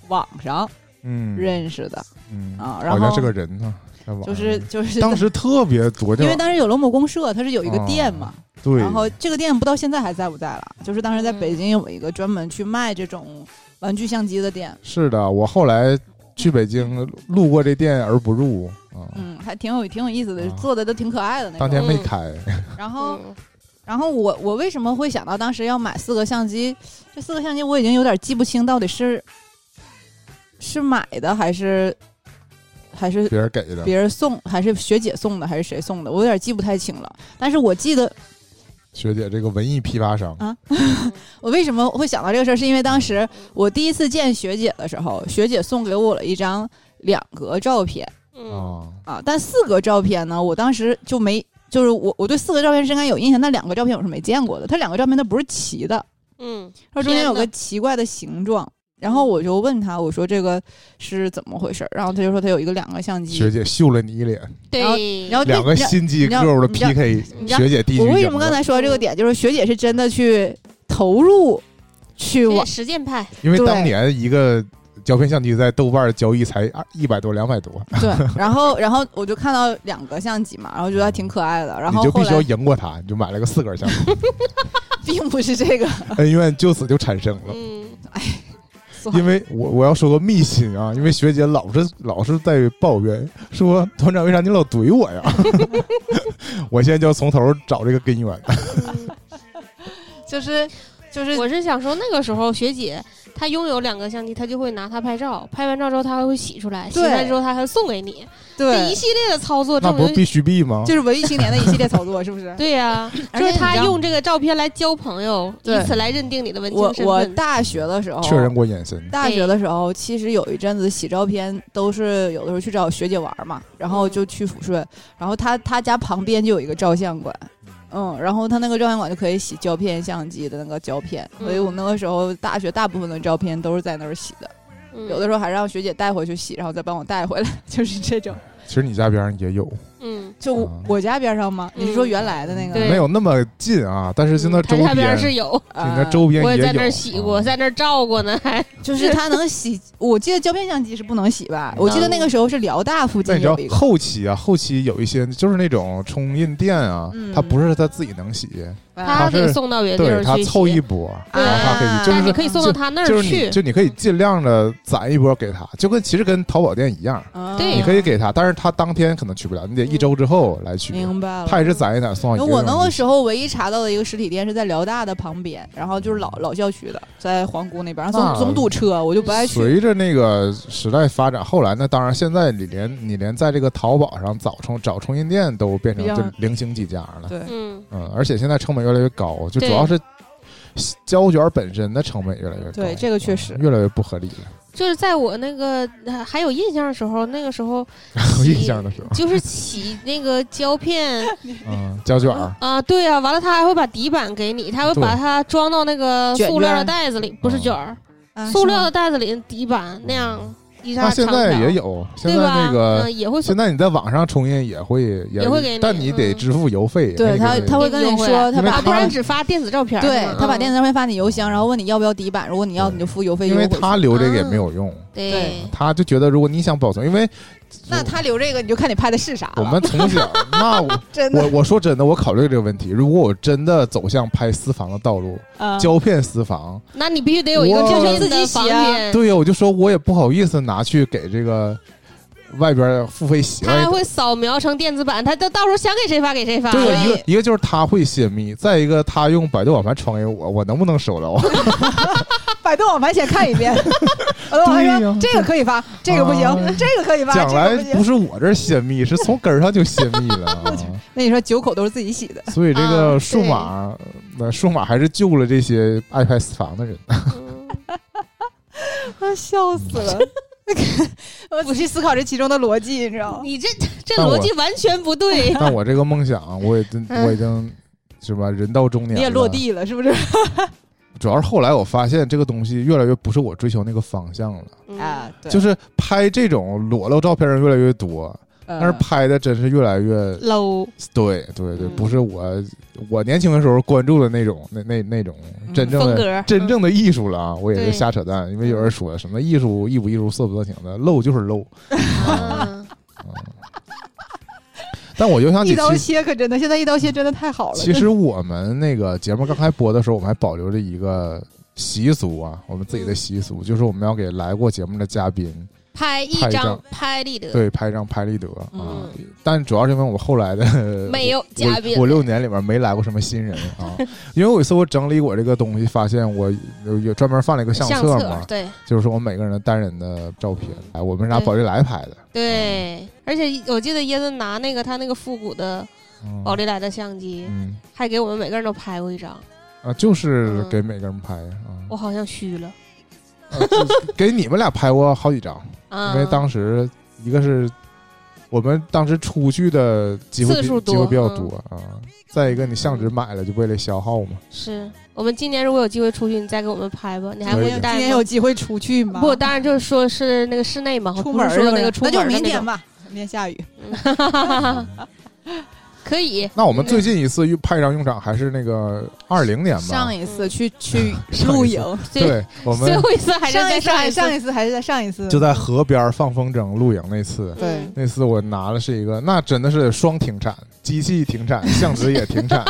[SPEAKER 3] 网上
[SPEAKER 1] 嗯，
[SPEAKER 3] 认识的，
[SPEAKER 1] 嗯
[SPEAKER 3] 啊然
[SPEAKER 1] 好像是
[SPEAKER 3] 后
[SPEAKER 1] 个人呢，在网
[SPEAKER 3] 就是
[SPEAKER 1] 上
[SPEAKER 3] 就是
[SPEAKER 1] 当时特别多，
[SPEAKER 3] 因为当时有 Lomo 公社，它是有一个
[SPEAKER 1] 哦
[SPEAKER 3] 店嘛，
[SPEAKER 1] 对，
[SPEAKER 3] 然后这个店不知道现在还在不在了，就是当时在北京有一个专门去卖这种玩具相机的店，
[SPEAKER 1] 是的，我后来去北京路过这店而不入啊，
[SPEAKER 3] 嗯，还挺有挺有意思的，
[SPEAKER 1] 啊
[SPEAKER 3] 做的都挺可爱的那
[SPEAKER 1] 当
[SPEAKER 3] 种。
[SPEAKER 1] 天没开，
[SPEAKER 3] 然后，
[SPEAKER 2] 嗯
[SPEAKER 3] 然后我我为什么会想到当时要买四个相机？这四个相机我已经有点记不清到底是是买的还是还是
[SPEAKER 1] 别人给的，
[SPEAKER 3] 别人送，还是学姐送的，还是谁送的？我有点记不太清了。但是我记得
[SPEAKER 1] 学姐这个文艺批发商，
[SPEAKER 3] 我为什么会想到这个事儿，是因为当时我第一次见学姐的时候，学姐送给我了一张两格照片
[SPEAKER 2] 嗯
[SPEAKER 1] 啊，
[SPEAKER 3] 啊，但四格照片呢，我当时就没，就是我我对四格照片是应该有印象，但两格照片我是没见过的。它两个照片它不是齐的，
[SPEAKER 2] 嗯
[SPEAKER 3] 它中间有个
[SPEAKER 2] 天
[SPEAKER 3] 奇怪的形状。然后我就问他，我说这个是怎么回事儿？然后他就说他有一个两个相机
[SPEAKER 1] 学，姐秀了你一脸，
[SPEAKER 2] 对，
[SPEAKER 3] 然后
[SPEAKER 1] 两个
[SPEAKER 3] 这
[SPEAKER 1] 心机
[SPEAKER 3] 哦你知道
[SPEAKER 1] girl 的
[SPEAKER 3] 你知道
[SPEAKER 1] PK，
[SPEAKER 3] 你知道
[SPEAKER 1] 学姐第一局
[SPEAKER 3] 我为什
[SPEAKER 1] 赢
[SPEAKER 3] 么
[SPEAKER 1] 了
[SPEAKER 3] 刚才说这个点，就是学姐是真的去投入去
[SPEAKER 2] 有
[SPEAKER 3] 玩
[SPEAKER 2] 点，实践派，
[SPEAKER 1] 因为
[SPEAKER 3] 对
[SPEAKER 1] 当年一个胶片相机在豆瓣交易才二一百多两百多，
[SPEAKER 3] 对， 然后然后我就看到两个相机嘛，然后觉得还挺可爱的，然后
[SPEAKER 1] 你就
[SPEAKER 3] 后
[SPEAKER 1] 必须要
[SPEAKER 3] 来
[SPEAKER 1] 赢过他，你就买了个四 格相机，
[SPEAKER 3] 并不是这个，
[SPEAKER 1] 恩怨就此就产生了。
[SPEAKER 2] 嗯
[SPEAKER 3] 算
[SPEAKER 1] 因为我我要说个秘辛啊，因为学姐老是老是在抱怨说团长为啥你老怼我呀？ 我现在就要从头找这个根源。
[SPEAKER 3] 就是 就是
[SPEAKER 2] 我是想说，那个时候学姐她拥有两个相机，她就会拿它拍照，拍完照之后她还会洗出来，洗
[SPEAKER 3] 对
[SPEAKER 2] 出来之后她还送给你，这一
[SPEAKER 3] 对，
[SPEAKER 2] 系列的操作
[SPEAKER 1] 那
[SPEAKER 2] 证
[SPEAKER 1] 不是
[SPEAKER 2] 明。
[SPEAKER 1] 必须必吗？
[SPEAKER 3] 就是文艺青年的一系列操作，是不是？
[SPEAKER 2] 对呀、
[SPEAKER 3] 而
[SPEAKER 2] 就是
[SPEAKER 3] 且你
[SPEAKER 2] 她
[SPEAKER 3] 知道
[SPEAKER 2] 用这个照片来交朋友，
[SPEAKER 3] 对
[SPEAKER 2] 以此来认定你的文青
[SPEAKER 3] 我
[SPEAKER 2] 身
[SPEAKER 3] 我
[SPEAKER 2] 份。
[SPEAKER 3] 大学的时候，
[SPEAKER 1] 确认过眼神，
[SPEAKER 3] 大学的时候，其实有一阵子洗照片都是有的时候去找学姐玩嘛，
[SPEAKER 2] 嗯
[SPEAKER 3] 然后就去抚顺，然后她她家旁边就有一个照相馆，嗯，然后她那个照相馆就可以洗胶片相机的那个胶片，所以我那个时候大学大部分的照片都是在那儿洗的，
[SPEAKER 2] 嗯
[SPEAKER 3] 有的时候还让学姐带回去洗，然后再帮我带回来， 就是这种。
[SPEAKER 1] 其实你家边上也有，
[SPEAKER 2] 嗯，
[SPEAKER 3] 就我,、
[SPEAKER 1] 啊
[SPEAKER 3] 我家边上吗？你是说原来的那个？
[SPEAKER 2] 对
[SPEAKER 1] 没有那么近啊，但是现
[SPEAKER 3] 嗯
[SPEAKER 1] 在周
[SPEAKER 2] 嗯她下边
[SPEAKER 1] 边，
[SPEAKER 2] 是
[SPEAKER 1] 你
[SPEAKER 2] 有，
[SPEAKER 3] 啊
[SPEAKER 1] 那周边
[SPEAKER 2] 我
[SPEAKER 1] 也
[SPEAKER 2] 也
[SPEAKER 1] 有。
[SPEAKER 2] 在那儿洗过，
[SPEAKER 1] 啊
[SPEAKER 2] 在那儿照过呢，还
[SPEAKER 3] 就是它能洗，我记得胶片相机是不能洗吧？我记得那
[SPEAKER 2] 嗯
[SPEAKER 3] 个时候是辽大附
[SPEAKER 1] 那
[SPEAKER 3] 近
[SPEAKER 1] 你知道
[SPEAKER 3] 有一个，
[SPEAKER 1] 后期啊，后期有一些就是那种冲印店啊，
[SPEAKER 3] 嗯
[SPEAKER 1] 它不是它自己能洗，
[SPEAKER 2] 他还
[SPEAKER 1] 是
[SPEAKER 2] 得送到别的地
[SPEAKER 1] 对
[SPEAKER 2] 儿
[SPEAKER 1] 他
[SPEAKER 2] 去
[SPEAKER 1] 凑
[SPEAKER 2] 洗
[SPEAKER 1] 一波，
[SPEAKER 2] 对
[SPEAKER 1] 让他可以，就
[SPEAKER 2] 但
[SPEAKER 1] 是
[SPEAKER 2] 你可以送到他那
[SPEAKER 1] 就
[SPEAKER 2] 儿
[SPEAKER 1] 是你
[SPEAKER 2] 去，
[SPEAKER 1] 就你可以尽量的攒一波给他，就跟其实跟淘宝店一样，
[SPEAKER 3] 啊
[SPEAKER 2] 对
[SPEAKER 1] 你可以给他，但是他当天可能取不了，你得一周之后来取。
[SPEAKER 3] 明白了。
[SPEAKER 1] 他哦也是嗯攒一点送到一
[SPEAKER 3] 那
[SPEAKER 1] 个
[SPEAKER 3] 我那
[SPEAKER 1] 地
[SPEAKER 3] 个
[SPEAKER 1] 儿
[SPEAKER 3] 时候唯一查到的一个实体店是在辽大的旁边，然后就是老
[SPEAKER 1] 嗯
[SPEAKER 3] 老校区的，在皇姑那边，总
[SPEAKER 1] 那
[SPEAKER 3] 总堵车，我就不爱去。
[SPEAKER 1] 啊随着那个时代发展，后来呢，当然现在你连你连在这个淘宝上找充找充电店都变成
[SPEAKER 3] 比较
[SPEAKER 1] 就零星几家了，
[SPEAKER 3] 对，
[SPEAKER 2] 嗯，
[SPEAKER 1] 嗯，而且现在成本越来越高，就主
[SPEAKER 2] 对
[SPEAKER 1] 要是胶卷本身的成本越来越高，
[SPEAKER 3] 对这个确实
[SPEAKER 1] 嗯越来越不合理了。
[SPEAKER 2] 就是在我那个呃还有印象的时候，那个时候
[SPEAKER 1] 有
[SPEAKER 2] 洗
[SPEAKER 1] 印象的 时候，
[SPEAKER 2] 就 是洗那个胶片
[SPEAKER 1] 嗯，胶卷儿，
[SPEAKER 2] 啊，对啊，完了他还会把底板给你，他会把
[SPEAKER 1] 对
[SPEAKER 2] 它装到那个
[SPEAKER 3] 卷
[SPEAKER 2] 塑料的
[SPEAKER 3] 卷
[SPEAKER 2] 袋子里，不是
[SPEAKER 1] 嗯
[SPEAKER 2] 卷儿，
[SPEAKER 3] 啊
[SPEAKER 2] 塑料
[SPEAKER 3] 是
[SPEAKER 2] 的
[SPEAKER 3] 吗
[SPEAKER 2] 袋子里的底板那样一
[SPEAKER 1] 嗯那
[SPEAKER 2] 扎
[SPEAKER 1] 现
[SPEAKER 2] 长
[SPEAKER 1] 在
[SPEAKER 2] 条
[SPEAKER 1] 也，有，现
[SPEAKER 2] 对
[SPEAKER 1] 在
[SPEAKER 2] 吧？
[SPEAKER 1] 那个
[SPEAKER 2] 嗯也会送
[SPEAKER 1] 现在你在网上充印也会也
[SPEAKER 2] 也会给你
[SPEAKER 1] 但你得
[SPEAKER 2] 嗯
[SPEAKER 1] 支付邮费。那个
[SPEAKER 3] 对他
[SPEAKER 1] 得
[SPEAKER 3] 他会跟你说，
[SPEAKER 1] 因为
[SPEAKER 3] 把
[SPEAKER 2] 啊，不
[SPEAKER 1] 他
[SPEAKER 2] 然只发电子照片儿是
[SPEAKER 3] 对
[SPEAKER 2] 吗。
[SPEAKER 3] 他把
[SPEAKER 2] 嗯
[SPEAKER 3] 电子照片发你邮箱，然后问你要不要底板，如果你要
[SPEAKER 1] 对
[SPEAKER 3] 你就付邮费啊
[SPEAKER 1] 因
[SPEAKER 3] 邮
[SPEAKER 1] 为
[SPEAKER 3] 回去。
[SPEAKER 1] 他留这个也没有用，
[SPEAKER 2] 对
[SPEAKER 3] 对，
[SPEAKER 1] 他就觉得如果你想保存，因为
[SPEAKER 3] 那他留这个你就看你拍的是啥了。
[SPEAKER 1] 我们从小那我
[SPEAKER 3] 真
[SPEAKER 1] 我
[SPEAKER 3] 的
[SPEAKER 1] 我说真的，我考虑这个问题，如果我真的走向拍私房的道路，
[SPEAKER 3] 啊
[SPEAKER 1] 胶片私房，
[SPEAKER 2] 那你必须得有一个
[SPEAKER 1] 我
[SPEAKER 2] 正
[SPEAKER 3] 就
[SPEAKER 2] 印
[SPEAKER 3] 自己
[SPEAKER 2] 的
[SPEAKER 3] 洗
[SPEAKER 2] 房
[SPEAKER 3] 啊
[SPEAKER 2] 间，
[SPEAKER 1] 对呀，我就说我也不好意思拿去给这个外边付费洗
[SPEAKER 2] 他
[SPEAKER 1] 外
[SPEAKER 2] 还。会扫描成电子版，他到到时候想给谁发给谁发。
[SPEAKER 1] 对
[SPEAKER 3] 所
[SPEAKER 1] 呀，
[SPEAKER 3] 以
[SPEAKER 1] 一个一个就是他会泄密，再一个他用百度网盘传给我，我能不能收啊到？
[SPEAKER 3] 百度网盘先看一遍，百度网
[SPEAKER 1] 对
[SPEAKER 3] 盘
[SPEAKER 1] 呀
[SPEAKER 3] 说这个可以发，这个不行
[SPEAKER 1] 啊，
[SPEAKER 3] 这个可以发，
[SPEAKER 1] 将来
[SPEAKER 3] 这个不
[SPEAKER 1] 不
[SPEAKER 3] 行。
[SPEAKER 1] 是我这儿泄密，是从根儿上就泄密了 啊。
[SPEAKER 3] 那你说九口都是自己洗的，
[SPEAKER 1] 所以这
[SPEAKER 2] 啊
[SPEAKER 1] 个
[SPEAKER 2] 对
[SPEAKER 1] 数码，那数码还是救了这些爱拍私房的 人。
[SPEAKER 2] 嗯
[SPEAKER 3] 啊，笑死了。我仔细思考这其中的逻辑，你知道吗？
[SPEAKER 2] 你这这
[SPEAKER 1] 但我。
[SPEAKER 2] 逻辑完全不对
[SPEAKER 1] 但我这个梦想，啊我已经
[SPEAKER 2] 嗯
[SPEAKER 1] 我已经是吧，人到中年
[SPEAKER 3] 你也
[SPEAKER 1] 了
[SPEAKER 3] 落。地了，是不是？
[SPEAKER 1] 主要是后来我发现这个东西越来越不是我追求那个方向了，
[SPEAKER 2] 嗯
[SPEAKER 3] 啊，对，
[SPEAKER 1] 就是拍这种裸露照片人越来越多，
[SPEAKER 3] 呃
[SPEAKER 1] 但是拍的真是越来越。
[SPEAKER 2] low，
[SPEAKER 1] 嗯对对对，
[SPEAKER 2] 嗯
[SPEAKER 1] 不是我我年轻的时候关注的那种那那那种真正
[SPEAKER 2] 风
[SPEAKER 1] 的
[SPEAKER 2] 格嗯
[SPEAKER 1] 真正的艺术了啊！我也是
[SPEAKER 2] 对
[SPEAKER 1] 瞎扯淡，因为有人说什么艺术艺不艺术色不色情的，露就是露。
[SPEAKER 2] 啊
[SPEAKER 1] 但我就想
[SPEAKER 3] 一
[SPEAKER 1] 起，
[SPEAKER 3] 刀
[SPEAKER 1] 其
[SPEAKER 3] 切，可真的，现在一刀切真的太好了。
[SPEAKER 1] 其实我们那个节目刚开播的时候，我们还保留着一个习俗啊，我们自己的习俗，就是我们要给来过节目的嘉宾
[SPEAKER 2] 拍一
[SPEAKER 1] 拍一
[SPEAKER 2] 张
[SPEAKER 1] 张
[SPEAKER 2] 拍立得，
[SPEAKER 1] 对拍一张拍立得啊
[SPEAKER 2] 嗯。
[SPEAKER 1] 但主要是因为我后来的
[SPEAKER 2] 没有嘉宾
[SPEAKER 1] 五五六年里面没来过什么新人啊。因为有一次我整理我这个东西，发现我有有专门放了一个相
[SPEAKER 2] 相
[SPEAKER 1] 册嘛，
[SPEAKER 2] 对
[SPEAKER 1] 就是说我们每个人的单人的照片，哎，我们拿
[SPEAKER 2] 对
[SPEAKER 1] 宝丽来拍的。
[SPEAKER 2] 对。而且我记得椰子拿那个他那个复古的
[SPEAKER 1] 嗯
[SPEAKER 2] 宝丽来的相机，
[SPEAKER 1] 嗯
[SPEAKER 2] 还给我们每个人都拍过一张，
[SPEAKER 1] 啊，就是
[SPEAKER 2] 嗯
[SPEAKER 1] 给每个人拍啊
[SPEAKER 2] 我好像虚了。
[SPEAKER 1] 啊，就是 给你们俩拍过好几张，
[SPEAKER 2] 啊，
[SPEAKER 1] 因为当时一个是我们当时出去的机会
[SPEAKER 2] 次
[SPEAKER 1] 比
[SPEAKER 2] 数
[SPEAKER 1] 机会
[SPEAKER 2] 多嗯
[SPEAKER 1] 比较多啊，再一个你相纸买了就为了消耗嘛，
[SPEAKER 2] 是我们今年如果有机会出去，你再给我们拍吧。你还
[SPEAKER 1] 可
[SPEAKER 2] 会
[SPEAKER 1] 以
[SPEAKER 2] 带
[SPEAKER 3] 今天
[SPEAKER 2] 吗
[SPEAKER 3] 有机会出去吗？
[SPEAKER 2] 不，当然就是说是那个室内嘛，
[SPEAKER 3] 出
[SPEAKER 2] 不
[SPEAKER 3] 门
[SPEAKER 2] 是
[SPEAKER 3] 儿
[SPEAKER 2] 说
[SPEAKER 3] 是不
[SPEAKER 2] 那
[SPEAKER 3] 是
[SPEAKER 2] 个出
[SPEAKER 3] 那
[SPEAKER 2] 门
[SPEAKER 3] 就
[SPEAKER 2] 儿的
[SPEAKER 3] 明
[SPEAKER 2] 那
[SPEAKER 3] 天
[SPEAKER 2] 种
[SPEAKER 3] 吧，明天下雨。
[SPEAKER 2] 嗯 可以。
[SPEAKER 1] 那我们最近一次用派上用场还是那个二零年吧
[SPEAKER 3] 上，一次去去
[SPEAKER 1] 上一次
[SPEAKER 3] 露营，
[SPEAKER 2] 最
[SPEAKER 1] 对，我
[SPEAKER 2] 最
[SPEAKER 1] 们
[SPEAKER 2] 后一次还是
[SPEAKER 3] 上
[SPEAKER 2] 在
[SPEAKER 3] 一次还
[SPEAKER 2] 一
[SPEAKER 3] 是
[SPEAKER 2] 次，
[SPEAKER 3] 上一次还是在上一次，
[SPEAKER 1] 就在河边放风筝露营那
[SPEAKER 2] 嗯
[SPEAKER 1] 次。
[SPEAKER 3] 对
[SPEAKER 1] 那次我拿的是一个，那真的是双停产，机器停产，相纸也停产，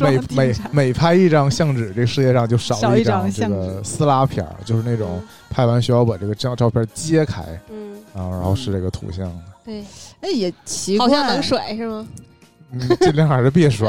[SPEAKER 1] 每每每拍一张相纸，这世界上就
[SPEAKER 3] 少
[SPEAKER 1] 少
[SPEAKER 3] 一
[SPEAKER 1] 一张
[SPEAKER 3] 张
[SPEAKER 1] 这
[SPEAKER 3] 相
[SPEAKER 1] 个
[SPEAKER 3] 纸
[SPEAKER 1] 撕拉片儿，就是那种拍完需要把这个照照片揭开
[SPEAKER 2] 嗯，
[SPEAKER 1] 啊，然后是这个图像的，
[SPEAKER 2] 对，
[SPEAKER 3] 哎也奇怪，
[SPEAKER 2] 好像能。甩是吗？
[SPEAKER 1] 嗯，尽量还是别甩。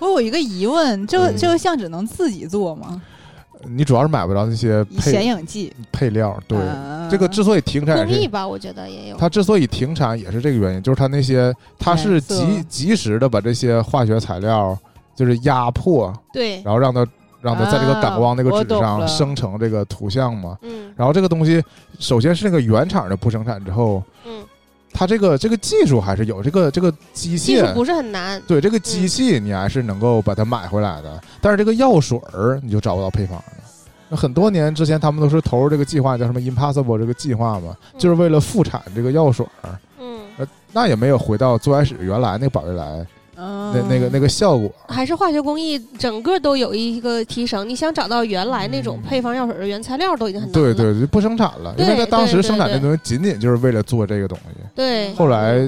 [SPEAKER 3] 我有一个疑问，这个
[SPEAKER 1] 嗯
[SPEAKER 3] 这个相纸能自己做吗？
[SPEAKER 1] 你主要是买不着那些
[SPEAKER 3] 显
[SPEAKER 1] 配
[SPEAKER 3] 影剂，
[SPEAKER 1] 配料，对，
[SPEAKER 3] 啊
[SPEAKER 1] 这个之所以停产
[SPEAKER 2] 工
[SPEAKER 1] 也
[SPEAKER 2] 艺
[SPEAKER 1] 是。
[SPEAKER 2] 吧，我觉得也有。
[SPEAKER 1] 它之所以停产也是这个原因，就是它那些它是
[SPEAKER 3] 颜色
[SPEAKER 1] 及及时的把这些化学材料就是压迫，
[SPEAKER 2] 对，
[SPEAKER 1] 然后让它让它在这个感光那个
[SPEAKER 3] 啊我
[SPEAKER 1] 纸
[SPEAKER 3] 懂
[SPEAKER 1] 上
[SPEAKER 3] 了
[SPEAKER 1] 生成这个图像嘛。
[SPEAKER 2] 嗯
[SPEAKER 1] 然后这个东西，首先是那个原厂的不生产之后，
[SPEAKER 2] 嗯，
[SPEAKER 1] 它这个这个技术还是有，这个这个机
[SPEAKER 2] 技术
[SPEAKER 1] 械，
[SPEAKER 2] 不是很难。
[SPEAKER 1] 对这
[SPEAKER 3] 嗯
[SPEAKER 1] 个机器你还是能够把它买回来的。但是这个药水儿你就找不到配方了。那很多年之前，他们都是投入这个计划，叫什么 “Impossible” 这个计划嘛，
[SPEAKER 3] 嗯
[SPEAKER 1] 就是为了复产这个药水儿。
[SPEAKER 2] 嗯，
[SPEAKER 1] 那也没有回到最开始原来那个宝丽来
[SPEAKER 3] 嗯
[SPEAKER 1] 那那个那个效果。
[SPEAKER 2] 还是化学工艺整个都有一个提升。你想找到原来那种
[SPEAKER 1] 嗯
[SPEAKER 2] 配方药水的原材料都已经很难
[SPEAKER 1] 对
[SPEAKER 2] 了。
[SPEAKER 1] 对，就不生产了，因
[SPEAKER 2] 对
[SPEAKER 1] 为它当时
[SPEAKER 2] 对对
[SPEAKER 1] 生产这
[SPEAKER 2] 对
[SPEAKER 1] 东西仅仅就是为了做这个东西。
[SPEAKER 2] 对
[SPEAKER 1] 后来